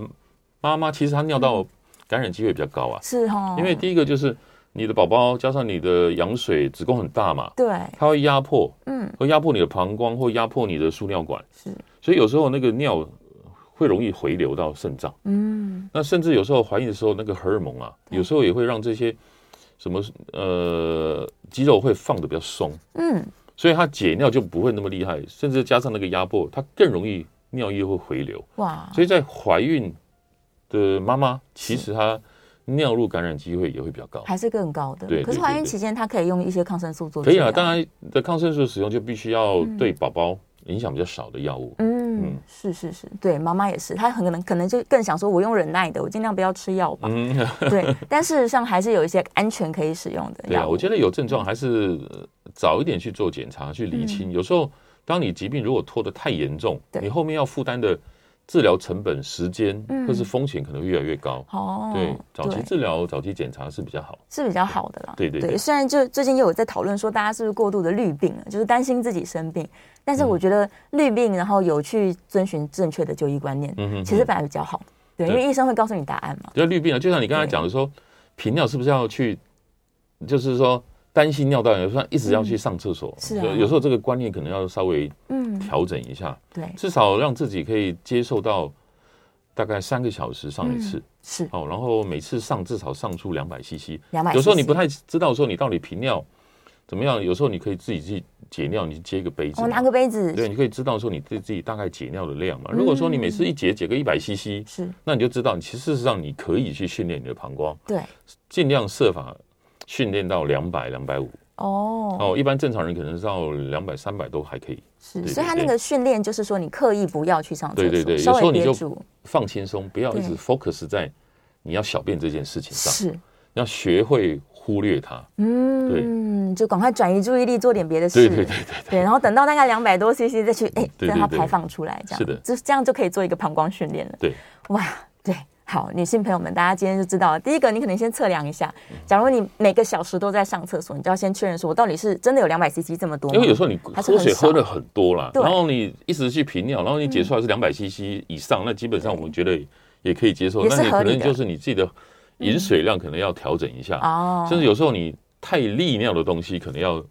[SPEAKER 2] 妈妈，其实她尿道感染机会比较高啊，
[SPEAKER 1] 是哦，
[SPEAKER 2] 因为第一个就是你的宝宝加上你的羊水子宫很大嘛，
[SPEAKER 1] 对，
[SPEAKER 2] 它会压迫，
[SPEAKER 1] 嗯，
[SPEAKER 2] 会压迫你的膀胱，或压迫你的输尿管，
[SPEAKER 1] 是，
[SPEAKER 2] 所以有时候那个尿会容易回流到肾脏。
[SPEAKER 1] 嗯，
[SPEAKER 2] 那甚至有时候怀孕的时候，那个荷尔蒙啊，有时候也会让这些什么呃肌肉会放的比较松，
[SPEAKER 1] 嗯，
[SPEAKER 2] 所以它解尿就不会那么厉害，甚至加上那个压迫，它更容易尿液会回流。
[SPEAKER 1] 哇，
[SPEAKER 2] 所以在怀孕的妈妈，其实她尿路感染机会也会比较高。
[SPEAKER 1] 还是更高的。
[SPEAKER 2] 对
[SPEAKER 1] 可是
[SPEAKER 2] 对
[SPEAKER 1] 怀
[SPEAKER 2] 对
[SPEAKER 1] 孕
[SPEAKER 2] 对
[SPEAKER 1] 期间她可以用一些抗生素做
[SPEAKER 2] 可以
[SPEAKER 1] 治
[SPEAKER 2] 啊，
[SPEAKER 1] 疗嗯
[SPEAKER 2] 当，然的抗生素使用就必须要对宝宝影响比较少的药物。
[SPEAKER 1] 嗯
[SPEAKER 2] 嗯，
[SPEAKER 1] 是是是，对，妈妈也是，她很可能可能就更想说，我用忍耐的，我尽量不要吃药吧。
[SPEAKER 2] 嗯， (laughs)
[SPEAKER 1] 对，但事实上还是有一些安全可以使用的
[SPEAKER 2] 对啊，
[SPEAKER 1] 药物。
[SPEAKER 2] 我觉得有症状还是呃早一点去做检查，去厘清。有时候，当你疾病如果拖得太严重
[SPEAKER 1] 嗯对，
[SPEAKER 2] 你后面要负担的治疗成本、时间
[SPEAKER 1] 嗯
[SPEAKER 2] 或是风险可能会越来越高。
[SPEAKER 1] 哦，
[SPEAKER 2] 对，早期治疗、早期检查是比较好。
[SPEAKER 1] 是比较好的啦。
[SPEAKER 2] 对对对
[SPEAKER 1] 虽然就最近也有在讨论说，大家是不是过度的虑病了，就是担心自己生病，但
[SPEAKER 2] 嗯
[SPEAKER 1] 是我觉得虑病，然后有去遵循正确的就医观念，
[SPEAKER 2] 嗯哼
[SPEAKER 1] 其实本来比较好。对，因
[SPEAKER 2] 对
[SPEAKER 1] 为医生会告诉你答案嘛。
[SPEAKER 2] 就绿病啊，就像你刚才讲的说，频尿是不是要去，就是说担心尿道炎，说一直要去上厕所。
[SPEAKER 1] 是啊
[SPEAKER 2] 就有时候这个观念可能要稍微
[SPEAKER 1] 嗯，
[SPEAKER 2] 调整一下，
[SPEAKER 1] 对，
[SPEAKER 2] 至少让自己可以接受到大概三个小时上一
[SPEAKER 1] 嗯
[SPEAKER 2] 次。
[SPEAKER 1] 是
[SPEAKER 2] 哦，然后每次上至少上出两百 CC，
[SPEAKER 1] 两百。
[SPEAKER 2] 有时候你不太知道说你到底频尿怎么样，有时候你可以自己去解尿，你接一个杯子
[SPEAKER 1] 我
[SPEAKER 2] 嘛，
[SPEAKER 1] 哦拿个嗯杯子，
[SPEAKER 2] 对，你可以知道说你对自己大概解尿的量嘛。如果说你每次一解解个一百 CC，
[SPEAKER 1] 是，
[SPEAKER 2] 那你就知道，其实事实上你可以去训练你的膀胱，
[SPEAKER 1] 对，
[SPEAKER 2] 尽量设法训练到两百、两百五。
[SPEAKER 1] 哦，
[SPEAKER 2] 哦，一般正常人可能到两百、三百都还可以，
[SPEAKER 1] 是，
[SPEAKER 2] 对
[SPEAKER 1] 所以
[SPEAKER 2] 对
[SPEAKER 1] 他那
[SPEAKER 2] 对
[SPEAKER 1] 个训练就是说，你刻意不要去上厕所，
[SPEAKER 2] 对对对
[SPEAKER 1] 稍
[SPEAKER 2] 有时
[SPEAKER 1] 微
[SPEAKER 2] 候你
[SPEAKER 1] 憋
[SPEAKER 2] 就
[SPEAKER 1] 住，
[SPEAKER 2] 放轻松，不要一直
[SPEAKER 1] 对
[SPEAKER 2] focus 在你要小便这件事情上，
[SPEAKER 1] 是
[SPEAKER 2] 要学会忽略它。
[SPEAKER 1] 嗯，就赶快转移注意力，做点别的
[SPEAKER 2] 对
[SPEAKER 1] 事。
[SPEAKER 2] 对对对对，
[SPEAKER 1] 对然后等到大概两百多 CC 再去，哎、
[SPEAKER 2] 对对
[SPEAKER 1] 让它
[SPEAKER 2] 对
[SPEAKER 1] 排放出来，这样
[SPEAKER 2] 是的
[SPEAKER 1] 就这样就可以做一个膀胱训练了。
[SPEAKER 2] 对，
[SPEAKER 1] 哇，对，好，女性朋友们，大家今天就知道了。第一个，你可能先测量一下，假如你每个小时都在上厕所，你就要先确认说我到底是真的有两百 CC 这么多吗
[SPEAKER 2] 因为有时候你
[SPEAKER 1] 还是很
[SPEAKER 2] 喝水
[SPEAKER 1] 少
[SPEAKER 2] 喝的很多啦，
[SPEAKER 1] 对嗯
[SPEAKER 2] 然后你一直去频尿，然后你解出来是两百 CC 以上，那基本上我们觉得也可以接受。
[SPEAKER 1] 也是
[SPEAKER 2] 那你
[SPEAKER 1] 合
[SPEAKER 2] 可
[SPEAKER 1] 理
[SPEAKER 2] 能
[SPEAKER 1] 的嗯
[SPEAKER 2] 就是你自己的饮水量可能要调整一下，
[SPEAKER 1] 哦，
[SPEAKER 2] 甚至有时候你太利尿的东西可能要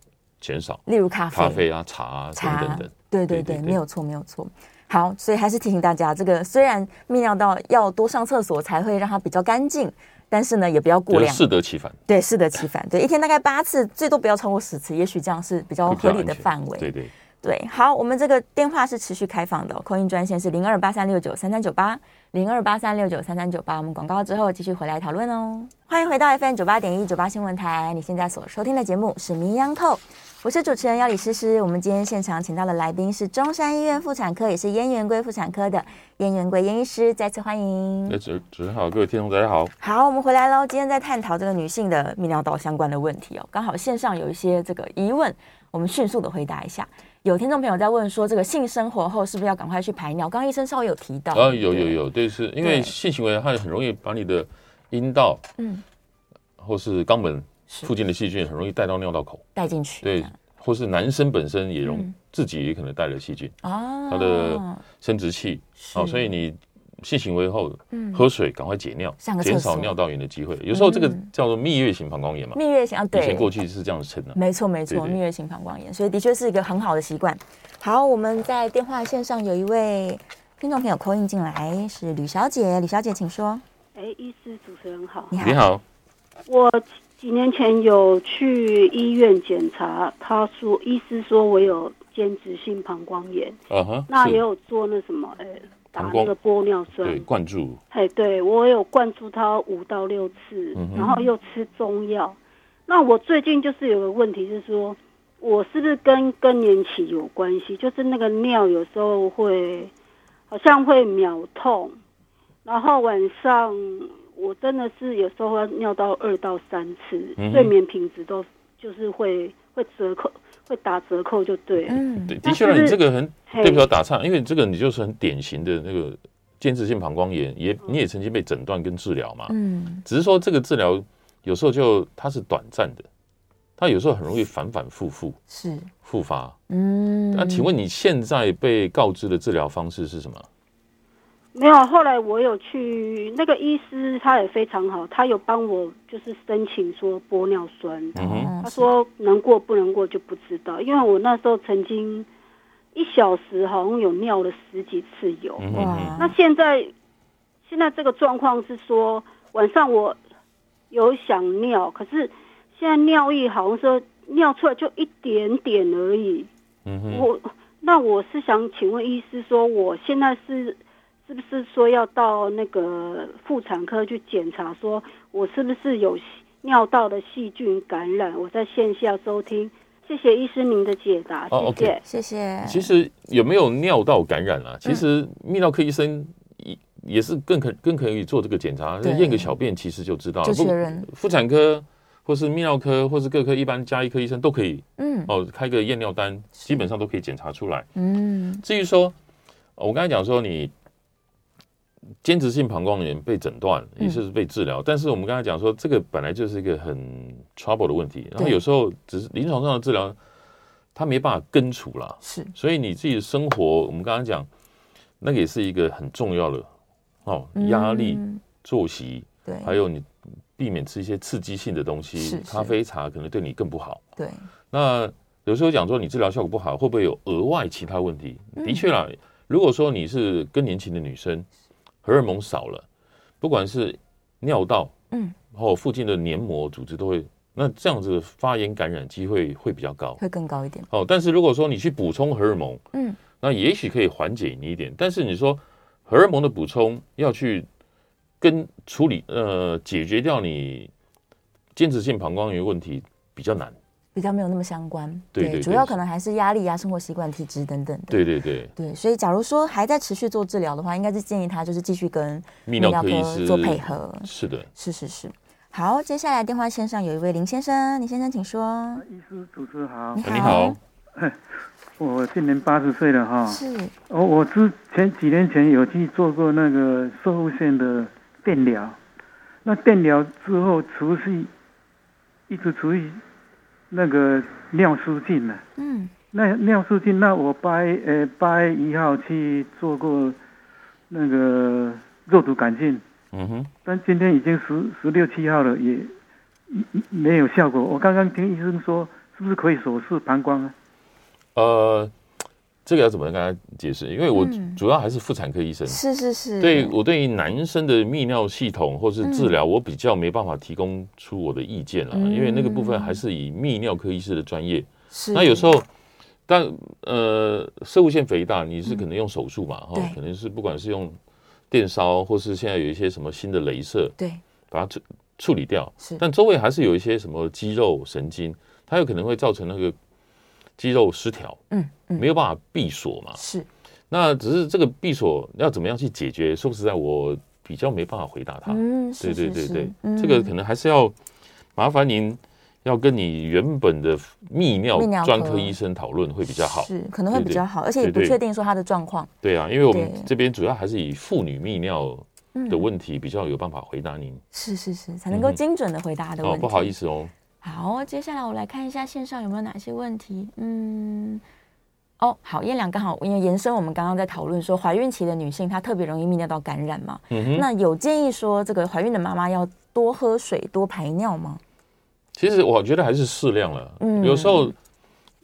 [SPEAKER 2] 减少，
[SPEAKER 1] 例如咖啡、
[SPEAKER 2] 咖啡啊、茶啊等等等。
[SPEAKER 1] 对对
[SPEAKER 2] 对
[SPEAKER 1] 对，
[SPEAKER 2] 对对
[SPEAKER 1] 没有错，没有错。好，所以还是提醒大家，这个虽然泌尿道要多上厕所才会让它比较干净，但是呢，也不要过
[SPEAKER 2] 觉得
[SPEAKER 1] 量。
[SPEAKER 2] 适得其反，
[SPEAKER 1] 对，适得其反。对，一天大概八次，最多不要超过十次，也许这样是比较
[SPEAKER 2] 会比较
[SPEAKER 1] 哦合理
[SPEAKER 2] 安
[SPEAKER 1] 的
[SPEAKER 2] 全
[SPEAKER 1] 范围。嗯
[SPEAKER 2] 对对，
[SPEAKER 1] 对，好，我们这个电话是持续开放的、哦，扣印专线是零二八三六九三三九八零二八三六九三三九八。我们广告之后继续回来讨论哦。欢迎回到 FM 九八点一九八新闻台，你现在所收听的节目是《名医央透》，我是主持人要李诗诗。我们今天现场请到的来宾是中山医院妇产科，也是燕园归妇产科的燕园归燕医师，再次欢迎
[SPEAKER 2] 那。主主持人好，各位听众大家好，
[SPEAKER 1] 好，我们回来喽。今天在探讨这个女性的泌尿道相关的问题哦，刚好线上有一些这个疑问，我们迅速的回答一下。有听众朋友在问说，这个性生活后是不是要赶快去排尿？刚刚医生稍微有提到，
[SPEAKER 2] 啊，有有
[SPEAKER 1] 对，
[SPEAKER 2] 有，对，是因
[SPEAKER 1] 对
[SPEAKER 2] 为性行为它很容易把你的阴道，
[SPEAKER 1] 嗯
[SPEAKER 2] 嗯，或是肛门
[SPEAKER 1] 是
[SPEAKER 2] 附近的细菌很容易带到尿道口，
[SPEAKER 1] 带进去，
[SPEAKER 2] 对
[SPEAKER 1] 这样，
[SPEAKER 2] 或是男生本身也容、
[SPEAKER 1] 嗯
[SPEAKER 2] 自己也可能带了细菌，
[SPEAKER 1] 哦，
[SPEAKER 2] 它的生殖器，哦，
[SPEAKER 1] 是
[SPEAKER 2] 所以你性行为后、
[SPEAKER 1] 嗯
[SPEAKER 2] 喝水赶快解尿
[SPEAKER 1] 上，个厕
[SPEAKER 2] 减
[SPEAKER 1] 所
[SPEAKER 2] 少尿道炎的机会。有时候这个
[SPEAKER 1] 嗯
[SPEAKER 2] 叫做蜜月型膀胱炎嘛，
[SPEAKER 1] 蜜月型啊，
[SPEAKER 2] 以前
[SPEAKER 1] 对，
[SPEAKER 2] 过去是这样称的、
[SPEAKER 1] 没错没错，
[SPEAKER 2] 对对
[SPEAKER 1] 蜜月型膀胱炎，所以的确是一个很好的习惯。好，我们在电话线上有一位听众朋友扣印进来，是吕小姐，吕小姐请说，
[SPEAKER 4] 哎，医师主持人好
[SPEAKER 1] 你。好，
[SPEAKER 2] 你好，
[SPEAKER 4] 我几年前有去医院检查，他说医师说我有间质性膀胱炎，
[SPEAKER 2] 啊哈，
[SPEAKER 4] 那
[SPEAKER 2] 是
[SPEAKER 4] 也有做那什么，哎，打
[SPEAKER 2] 膀胱
[SPEAKER 4] 那个玻尿
[SPEAKER 2] 对
[SPEAKER 4] 酸。
[SPEAKER 2] 灌注，
[SPEAKER 4] 哎，对我有灌注它五到六次
[SPEAKER 2] 嗯，哼
[SPEAKER 4] 然后又吃中药。那我最近就是有个问题，是说我是不是跟更年期有关系？就是那个尿有时候会好像会秒痛，然后晚上我真的是有时候会尿到二到三次，
[SPEAKER 2] 嗯哼
[SPEAKER 4] 睡眠品质都就是会会折扣，会打折扣就对了。
[SPEAKER 1] 嗯，
[SPEAKER 2] 对，
[SPEAKER 4] 那
[SPEAKER 2] 的确
[SPEAKER 4] 是
[SPEAKER 2] 让
[SPEAKER 4] 不
[SPEAKER 2] 你这
[SPEAKER 4] 是
[SPEAKER 2] 个很
[SPEAKER 4] 嘿
[SPEAKER 2] 对不起，要打岔，因为这个你就是很典型的那个间质性膀胱炎，也你也曾经被诊断跟治疗嘛，
[SPEAKER 1] 嗯，
[SPEAKER 2] 只是说这个治疗有时候就它是短暂的，它有时候很容易反反复复
[SPEAKER 1] 是，
[SPEAKER 2] 复发。
[SPEAKER 1] 嗯，
[SPEAKER 2] 那、请问你现在被告知的治疗方式是什么？
[SPEAKER 4] 没有，后来我有去那个医师，他也非常好，他有帮我就是申请说玻尿酸，
[SPEAKER 2] 嗯哼，
[SPEAKER 1] 哦
[SPEAKER 4] 他说能过不能过就不知道，因为我那时候曾经一小时好像有尿了十几次油，
[SPEAKER 2] 嗯哼
[SPEAKER 1] 哇
[SPEAKER 2] 哼，
[SPEAKER 4] 那现在现在这个状况是说晚上我有想尿，可是现在尿意好像说尿出来就一点点而已，
[SPEAKER 2] 嗯哼，
[SPEAKER 4] 我那我是想请问医师，说我现在是是不是说要到那个妇产科去检查，说我是不是有细尿道的细菌感染？我在线下收听，谢谢医师您的解答，
[SPEAKER 2] 哦
[SPEAKER 4] 谢谢。
[SPEAKER 1] 谢谢。
[SPEAKER 2] 其实有没有尿道感染
[SPEAKER 1] 嗯
[SPEAKER 2] 啊？其实泌尿科医生也也是更可更可以做这个检查，
[SPEAKER 1] 对
[SPEAKER 2] 验个小便其实就知道了。
[SPEAKER 1] 就
[SPEAKER 2] 不
[SPEAKER 1] 确认
[SPEAKER 2] 妇产科或是泌尿科或是各科一般加医科医生都可以
[SPEAKER 1] 嗯
[SPEAKER 2] 哦，开个验尿单，基本上都可以检查出来。
[SPEAKER 1] 嗯，
[SPEAKER 2] 至于说，呃我刚才讲说你间质性膀胱炎被诊断，
[SPEAKER 1] 嗯
[SPEAKER 2] 也就是被治疗，但是我们刚才讲说，这个本来就是一个很 trouble 的问题，然后有时候只是临床上的治疗，它没办法根除啦，
[SPEAKER 1] 是
[SPEAKER 2] 所以你自己的生活，我们刚刚讲，那个也是一个很重要的哦，压力、
[SPEAKER 1] 嗯
[SPEAKER 2] 作息，
[SPEAKER 1] 对，
[SPEAKER 2] 还有你避免吃一些刺激性的东
[SPEAKER 1] 是
[SPEAKER 2] 西
[SPEAKER 1] 是，
[SPEAKER 2] 咖啡、茶可能对你更不好。
[SPEAKER 1] 对，
[SPEAKER 2] 那有时候讲说你治疗效果不好，会不会有额外其他问题？
[SPEAKER 1] 嗯
[SPEAKER 2] 的确啦，如果说你是更年期的女生，荷尔蒙少了，不管是尿道，
[SPEAKER 1] 嗯，
[SPEAKER 2] 然后附近的黏膜组织都会，那这样子的发炎感染机会会比较高。
[SPEAKER 1] 会更高一点。
[SPEAKER 2] 哦，但是如果说你去补充荷尔蒙，
[SPEAKER 1] 嗯，
[SPEAKER 2] 那也许可以缓解你一点。但是你说荷尔蒙的补充要去跟处理呃解决掉你间质性膀胱炎问题比较难。
[SPEAKER 1] 比较没有那么相关，
[SPEAKER 2] 对对
[SPEAKER 1] 主
[SPEAKER 2] 对
[SPEAKER 1] 要
[SPEAKER 2] 是
[SPEAKER 1] 可能还是压力啊、生活习惯、体质等等的。
[SPEAKER 2] 对对对，
[SPEAKER 1] 对，所以假如说还在持续做治疗的话，应该是建议他就是继续跟
[SPEAKER 2] 泌尿科医师
[SPEAKER 1] 做配合。
[SPEAKER 2] 是的，
[SPEAKER 1] 是是是。好，接下来电话线上有一位林先生，林先生请说。
[SPEAKER 5] 医师主持好，
[SPEAKER 2] 呃你好，
[SPEAKER 5] 我今年八十岁了哈。
[SPEAKER 1] 是
[SPEAKER 5] 我我之前几年前有去做过那个射物线的电疗，那电疗之后持续一直持续那个尿失禁呢、
[SPEAKER 1] 嗯，
[SPEAKER 5] 那尿失禁，那我八月呃八月一号去做过那个肉毒杆菌，
[SPEAKER 2] 嗯哼，
[SPEAKER 5] 但今天已经十十六七号了，也嗯嗯没有效果。我刚刚听医生说，是不是可以手术膀胱啊？
[SPEAKER 2] 呃，这个要怎么跟大家解释？因为我
[SPEAKER 1] 嗯
[SPEAKER 2] 主要还是妇产科医生，
[SPEAKER 1] 是是是，
[SPEAKER 2] 对我对于男生的泌尿系统或是
[SPEAKER 1] 嗯
[SPEAKER 2] 治疗，我比较没办法提供出我的意见了，因为那个部分还是以泌尿科医师的专业。
[SPEAKER 1] 嗯是
[SPEAKER 2] 那有时候，但呃，射物腺肥大你是可能用手术嘛，哈、
[SPEAKER 1] 嗯对
[SPEAKER 2] 可能是不管是用电烧，或是现在有一些什么新的镭射，
[SPEAKER 1] 对
[SPEAKER 2] 把它处处理掉。
[SPEAKER 1] 是
[SPEAKER 2] 但周围还是有一些什么肌肉、神经，它有可能会造成那个肌肉失调，
[SPEAKER 1] 嗯嗯
[SPEAKER 2] 没有办法闭锁嘛。
[SPEAKER 1] 是
[SPEAKER 2] 那只是这个闭锁要怎么样去解决？说实在，我比较没办法回答他。
[SPEAKER 1] 嗯是
[SPEAKER 2] 对对
[SPEAKER 1] 是
[SPEAKER 2] 对
[SPEAKER 1] 是
[SPEAKER 2] 对，
[SPEAKER 1] 嗯
[SPEAKER 2] 这个可能还是要麻烦您要跟你原本的泌
[SPEAKER 1] 泌尿
[SPEAKER 2] 尿专
[SPEAKER 1] 科
[SPEAKER 2] 科医生讨论会比较好。
[SPEAKER 1] 是可能会
[SPEAKER 2] 对
[SPEAKER 1] 比
[SPEAKER 2] 对
[SPEAKER 1] 较好，而且也
[SPEAKER 2] 对
[SPEAKER 1] 不
[SPEAKER 2] 对
[SPEAKER 1] 确定说他的状况
[SPEAKER 2] 对啊，因为我们
[SPEAKER 1] 对
[SPEAKER 2] 这边主要还是以妇女泌尿的
[SPEAKER 1] 嗯
[SPEAKER 2] 问题比较有办法回答您。
[SPEAKER 1] 是是是才能够
[SPEAKER 2] 嗯哼
[SPEAKER 1] 精准的回答他的
[SPEAKER 2] 哦，
[SPEAKER 1] 问题。
[SPEAKER 2] 不好意思哦，
[SPEAKER 1] 好，接下来我来看一下线上有没有哪些问题。嗯，哦，好，燕良刚好因为延伸我们刚刚在讨论说，怀孕期的女性她特别容易泌尿道感染嘛，
[SPEAKER 2] 嗯哼。
[SPEAKER 1] 那有建议说这个怀孕的妈妈要多喝水、多排尿吗？
[SPEAKER 2] 其实我觉得还是适量了。
[SPEAKER 1] 嗯
[SPEAKER 2] 有时候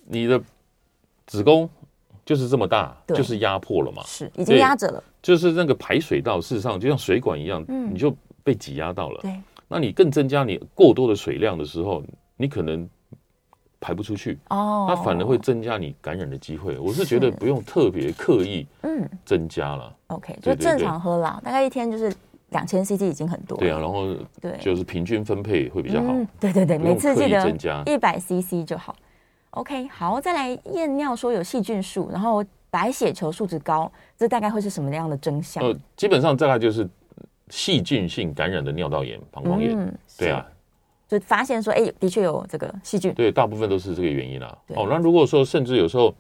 [SPEAKER 2] 你的子宫就是这么大，
[SPEAKER 1] 对
[SPEAKER 2] 就是压迫了嘛，
[SPEAKER 1] 是，已经压着了，
[SPEAKER 2] 就是那个排水道，事实上就像水管一样，
[SPEAKER 1] 嗯
[SPEAKER 2] 你就被挤压到了。
[SPEAKER 1] 对，
[SPEAKER 2] 那你更增加你过多的水量的时候，你可能排不出去，
[SPEAKER 1] 哦，
[SPEAKER 2] 它反而会，增加你感染的机会。我是觉得
[SPEAKER 1] 是
[SPEAKER 2] 不用特别刻意
[SPEAKER 1] 嗯
[SPEAKER 2] 增加了，
[SPEAKER 1] ，OK，就
[SPEAKER 2] 对对
[SPEAKER 1] 正常喝啦，大概一天就是两千 CC 已经很多了，
[SPEAKER 2] 对啊，然后
[SPEAKER 1] 对，
[SPEAKER 2] 就是平均分配会比较好。
[SPEAKER 1] 嗯，对对对，
[SPEAKER 2] 不
[SPEAKER 1] 每
[SPEAKER 2] 用
[SPEAKER 1] 次
[SPEAKER 2] 刻
[SPEAKER 1] 记
[SPEAKER 2] 意
[SPEAKER 1] 得
[SPEAKER 2] 增加
[SPEAKER 1] 一百 CC 就好。OK，好，再来验尿说有细菌数，然后白血球数值高，这大概会是什么样的真相？
[SPEAKER 2] 呃，基本上大概就是细菌性感染的尿道炎、膀胱炎，
[SPEAKER 1] 嗯
[SPEAKER 2] 对啊，
[SPEAKER 1] 就发现说，哎、的确有这个细菌，
[SPEAKER 2] 对，大部分都是这个原因啦、
[SPEAKER 1] 对
[SPEAKER 2] 哦，那如果说甚至有时候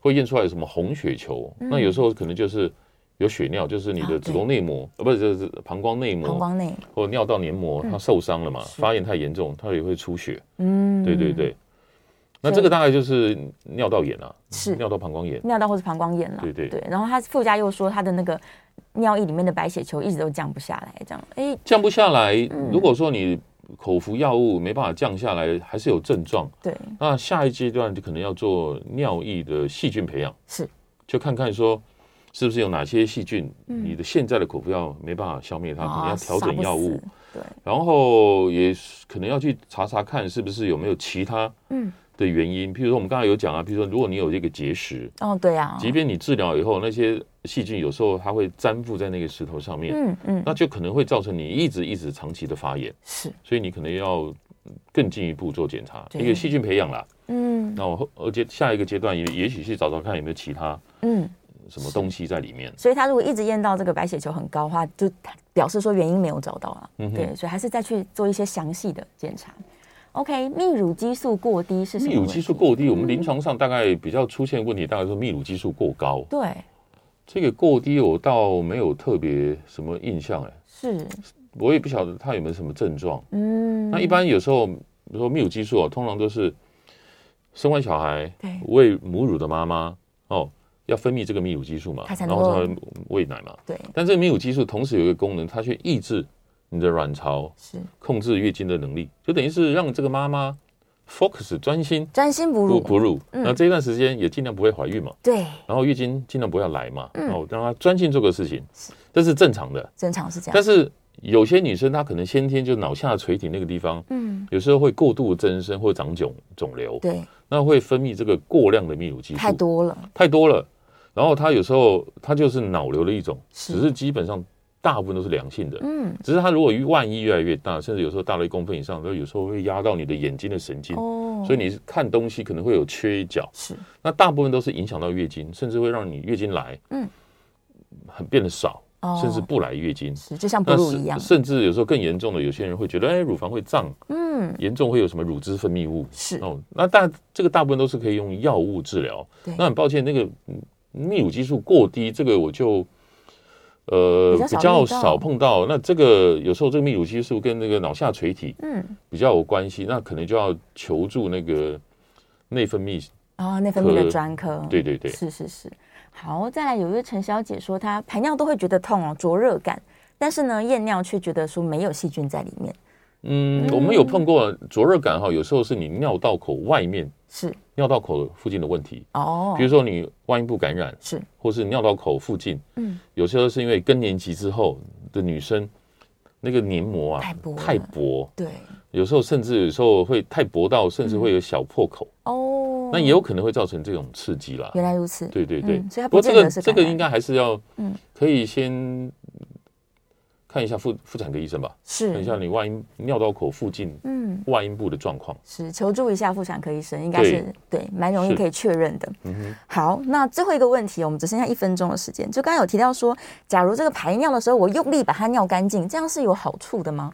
[SPEAKER 2] 会验出来有什么红血球，那有时候可能就是有血尿，就是你
[SPEAKER 1] 嗯啊
[SPEAKER 2] 的
[SPEAKER 1] 对
[SPEAKER 2] 子宫内膜，呃，不是，就是膀胱内
[SPEAKER 1] 膀
[SPEAKER 2] 膜
[SPEAKER 1] 胱内，
[SPEAKER 2] 或尿道黏膜它受伤了嘛，发炎太严重，它也会出血。
[SPEAKER 1] 嗯，
[SPEAKER 2] 对对，对，那
[SPEAKER 1] 所以嗯
[SPEAKER 2] 这个大概就是尿道炎啊，
[SPEAKER 1] 是
[SPEAKER 2] 尿道膀胱炎。
[SPEAKER 1] 尿道或者膀胱炎了，
[SPEAKER 2] 对对
[SPEAKER 1] 对。然后他附加又说他的那个尿液里面的白血球一直都降不下来，这样，哎、
[SPEAKER 2] 降不下来，
[SPEAKER 1] 嗯
[SPEAKER 2] 如果说你口服药物没办法降下来，还是有症状，
[SPEAKER 1] 对，
[SPEAKER 2] 那下一阶段就可能要做尿液的细菌培养，
[SPEAKER 1] 是，
[SPEAKER 2] 就看看说是不是有哪些细菌，你的现在的口服药没办法消灭它，可能要
[SPEAKER 1] 嗯
[SPEAKER 2] 调
[SPEAKER 1] 啊杀
[SPEAKER 2] 整
[SPEAKER 1] 不
[SPEAKER 2] 药物
[SPEAKER 1] 死，，对，
[SPEAKER 2] 然后也是可能要去查查看是不是有没有其他
[SPEAKER 1] 嗯
[SPEAKER 2] 的原因，譬如说我们刚才有讲啊，譬如说如果你有这个结石，
[SPEAKER 1] 哦，对啊，
[SPEAKER 2] 即便你治疗以后，那些细菌有时候它会粘附在那个石头上面，
[SPEAKER 1] 嗯嗯，
[SPEAKER 2] 那就可能会造成你一直一直长期的发炎，
[SPEAKER 1] 是，
[SPEAKER 2] 所以你可能要更进一步做检查，
[SPEAKER 1] 对
[SPEAKER 2] 一个细菌培养啦。
[SPEAKER 1] 嗯
[SPEAKER 2] 那我后而且下一个阶段也也许去找找看有没有其他
[SPEAKER 1] 嗯。
[SPEAKER 2] 什么东西在里面。
[SPEAKER 1] 所以他如果一直验到这个白血球很高的话，就表示说原因没有找到啊。
[SPEAKER 2] 嗯哼
[SPEAKER 1] 对，所以还是再去做一些详细的检查。OK，泌乳激素过低是什么？
[SPEAKER 2] 泌乳激素，过低，我们临床上大概比较出现问题，大概是泌乳激素过高。
[SPEAKER 1] 对，
[SPEAKER 2] 这个过低我倒没有特别什么印象哎，
[SPEAKER 1] 是，
[SPEAKER 2] 我也不晓得它有没有什么症状。
[SPEAKER 1] 嗯，
[SPEAKER 2] 那一般有时候，比如说泌乳激素啊，通常都是生完小孩
[SPEAKER 1] 对，
[SPEAKER 2] 喂母乳的妈妈哦，要分泌这个泌乳激素嘛，
[SPEAKER 1] 她才
[SPEAKER 2] 然
[SPEAKER 1] 能
[SPEAKER 2] 后
[SPEAKER 1] 够
[SPEAKER 2] 才会喂奶嘛。
[SPEAKER 1] 对，
[SPEAKER 2] 但这个泌乳激素同时有一个功能，它去抑制你的卵巢
[SPEAKER 1] 是
[SPEAKER 2] 控制月经的能力，就等于是让这个妈妈 focus 专心
[SPEAKER 1] 专心哺
[SPEAKER 2] 哺
[SPEAKER 1] 乳，
[SPEAKER 2] 哺乳，
[SPEAKER 1] 嗯
[SPEAKER 2] 那这一段时间也尽量不会怀孕嘛，
[SPEAKER 1] 对，
[SPEAKER 2] 然后月经尽量不要来
[SPEAKER 1] 嗯
[SPEAKER 2] 嘛，哦，让她专心做个事情，这是正常的。
[SPEAKER 1] 正常是这样。
[SPEAKER 2] 但是有些女生她可能先天就脑下垂体那个地方，
[SPEAKER 1] 嗯，
[SPEAKER 2] 有时候会过度增生或长肿肿瘤，
[SPEAKER 1] 对，
[SPEAKER 2] 那会分泌这个过量的泌乳激素，
[SPEAKER 1] 太多了，
[SPEAKER 2] 太多了。然后它有时候它就是脑瘤的一种，
[SPEAKER 1] 是
[SPEAKER 2] 只是基本上大部分都是良性的，
[SPEAKER 1] 嗯，
[SPEAKER 2] 只是它如果万一越来越大，甚至有时候大了一公分以上，那有时候会压到你的眼睛的神经，
[SPEAKER 1] 哦，
[SPEAKER 2] 嗯所以
[SPEAKER 1] 以
[SPEAKER 2] 你看东西可能会有缺一角。
[SPEAKER 1] 是
[SPEAKER 2] 那大部分都是影响到月经，甚至会让你月经来，
[SPEAKER 1] 嗯，
[SPEAKER 2] 很变得少，
[SPEAKER 1] 哦
[SPEAKER 2] 甚至不来月经。
[SPEAKER 1] 是就像哺
[SPEAKER 2] 那
[SPEAKER 1] 乳一样
[SPEAKER 2] 甚，甚至有时候更严重的，有些人会觉得，哎，乳房会胀，
[SPEAKER 1] 嗯，
[SPEAKER 2] 严重会有什么乳汁分泌物
[SPEAKER 1] 是
[SPEAKER 2] 哦。那大这个大部分都是可以用药物治疗
[SPEAKER 1] 对。
[SPEAKER 2] 那很抱歉，那个嗯泌乳激素过低，这个我就呃
[SPEAKER 1] 比较
[SPEAKER 2] 比
[SPEAKER 1] 少
[SPEAKER 2] 较
[SPEAKER 1] 遇到
[SPEAKER 2] 少碰到。那这个有时候这个泌乳激素跟那个脑下垂体
[SPEAKER 1] 嗯，
[SPEAKER 2] 比较有关系，那可能就要求助那个内分泌。
[SPEAKER 1] 哦，内分泌的
[SPEAKER 2] 可
[SPEAKER 1] 专科，
[SPEAKER 2] 对对对，
[SPEAKER 1] 是是是。好，再来有一位陈小姐说，她排尿都会觉得痛哦，灼热感，但是呢，验尿却觉得说没有细菌在里面，
[SPEAKER 2] 嗯，我们有碰过灼热感哈，有时候是你尿道口外面、
[SPEAKER 1] 是
[SPEAKER 2] 尿道口附近的问题，
[SPEAKER 1] 哦，
[SPEAKER 2] 比如说你外阴部感染，
[SPEAKER 1] 是
[SPEAKER 2] 或是尿道口附近，
[SPEAKER 1] 嗯，
[SPEAKER 2] 有时候是因为更年期之后的女生那个黏膜啊
[SPEAKER 1] 太薄了
[SPEAKER 2] 太薄，
[SPEAKER 1] 对
[SPEAKER 2] 有时候甚至有时候会太薄到甚至会有小破口，
[SPEAKER 1] 哦，
[SPEAKER 2] 那也有可能会造成这种刺激啦。
[SPEAKER 1] 原来如此，
[SPEAKER 2] 对对对，
[SPEAKER 1] 嗯所以它
[SPEAKER 2] 不过
[SPEAKER 1] 不见
[SPEAKER 2] 这
[SPEAKER 1] 得
[SPEAKER 2] 个
[SPEAKER 1] 是
[SPEAKER 2] 这个
[SPEAKER 1] 感染
[SPEAKER 2] 应该还是要，
[SPEAKER 1] 嗯
[SPEAKER 2] 可以先看一下妇妇产科医生吧，看一下
[SPEAKER 1] 是，
[SPEAKER 2] 你外阴尿道口附近
[SPEAKER 1] 嗯，
[SPEAKER 2] 外阴部的状况。
[SPEAKER 1] 是求助一下妇产科医生，应该
[SPEAKER 2] 对
[SPEAKER 1] 是对，蛮容易
[SPEAKER 2] 是
[SPEAKER 1] 可以确认的。
[SPEAKER 2] 嗯哼，
[SPEAKER 1] 好，那最后一个问题，我们只剩下一分钟的时间。就刚刚有提到说，假如这个排尿的时候，我用力把它尿干净，这样是有好处的吗？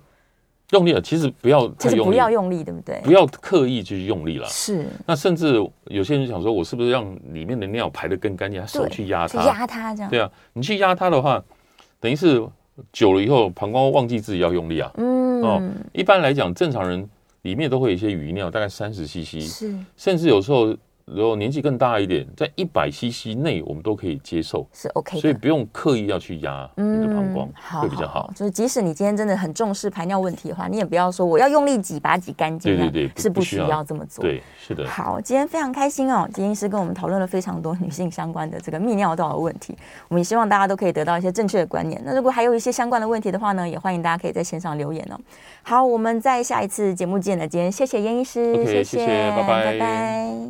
[SPEAKER 2] 用力了，其实不要
[SPEAKER 1] 其
[SPEAKER 2] 太
[SPEAKER 1] 实
[SPEAKER 2] 用
[SPEAKER 1] 不
[SPEAKER 2] 力，
[SPEAKER 1] 要用力，对不对？
[SPEAKER 2] 不要刻意去用力了。
[SPEAKER 1] 是
[SPEAKER 2] 那甚至有些人想说，我是不是让里面的尿排得更干净？他手
[SPEAKER 1] 对
[SPEAKER 2] 去压
[SPEAKER 1] 去
[SPEAKER 2] 它，
[SPEAKER 1] 压它这样。
[SPEAKER 2] 对啊，你去压它的话，等于是久了以后，膀胱忘记自己要用力啊。
[SPEAKER 1] 嗯，
[SPEAKER 2] 哦一般来讲，正常人里面都会有一些余尿，大概三十 CC，
[SPEAKER 1] 是
[SPEAKER 2] 甚至有时候如果年纪更大一点，在一百 CC 内我们都可以接受，
[SPEAKER 1] 是 OK
[SPEAKER 2] 所以
[SPEAKER 1] 的。嗯
[SPEAKER 2] 不用刻意要去压你的膀胱，会比较好。
[SPEAKER 1] 就是即使你今天真的很重视排尿问题的话，你也不要说我要用力挤把它挤干净，
[SPEAKER 2] 对对
[SPEAKER 1] 那
[SPEAKER 2] 对不
[SPEAKER 1] 是不
[SPEAKER 2] 不
[SPEAKER 1] 需
[SPEAKER 2] 需要
[SPEAKER 1] 要这么做。
[SPEAKER 2] 对，是的，
[SPEAKER 1] 好，今天非常开心哦，金医师跟我们讨论了非常多女性相关的这个泌尿道的问题，我们也希望大家都可以得到一些正确的观念。那如果还有一些相关的问题的话呢，也欢迎大家可以在线上留言哦。好，我们在下一次节目见了，今天谢谢燕医师
[SPEAKER 2] OK，谢谢拜拜
[SPEAKER 1] 拜拜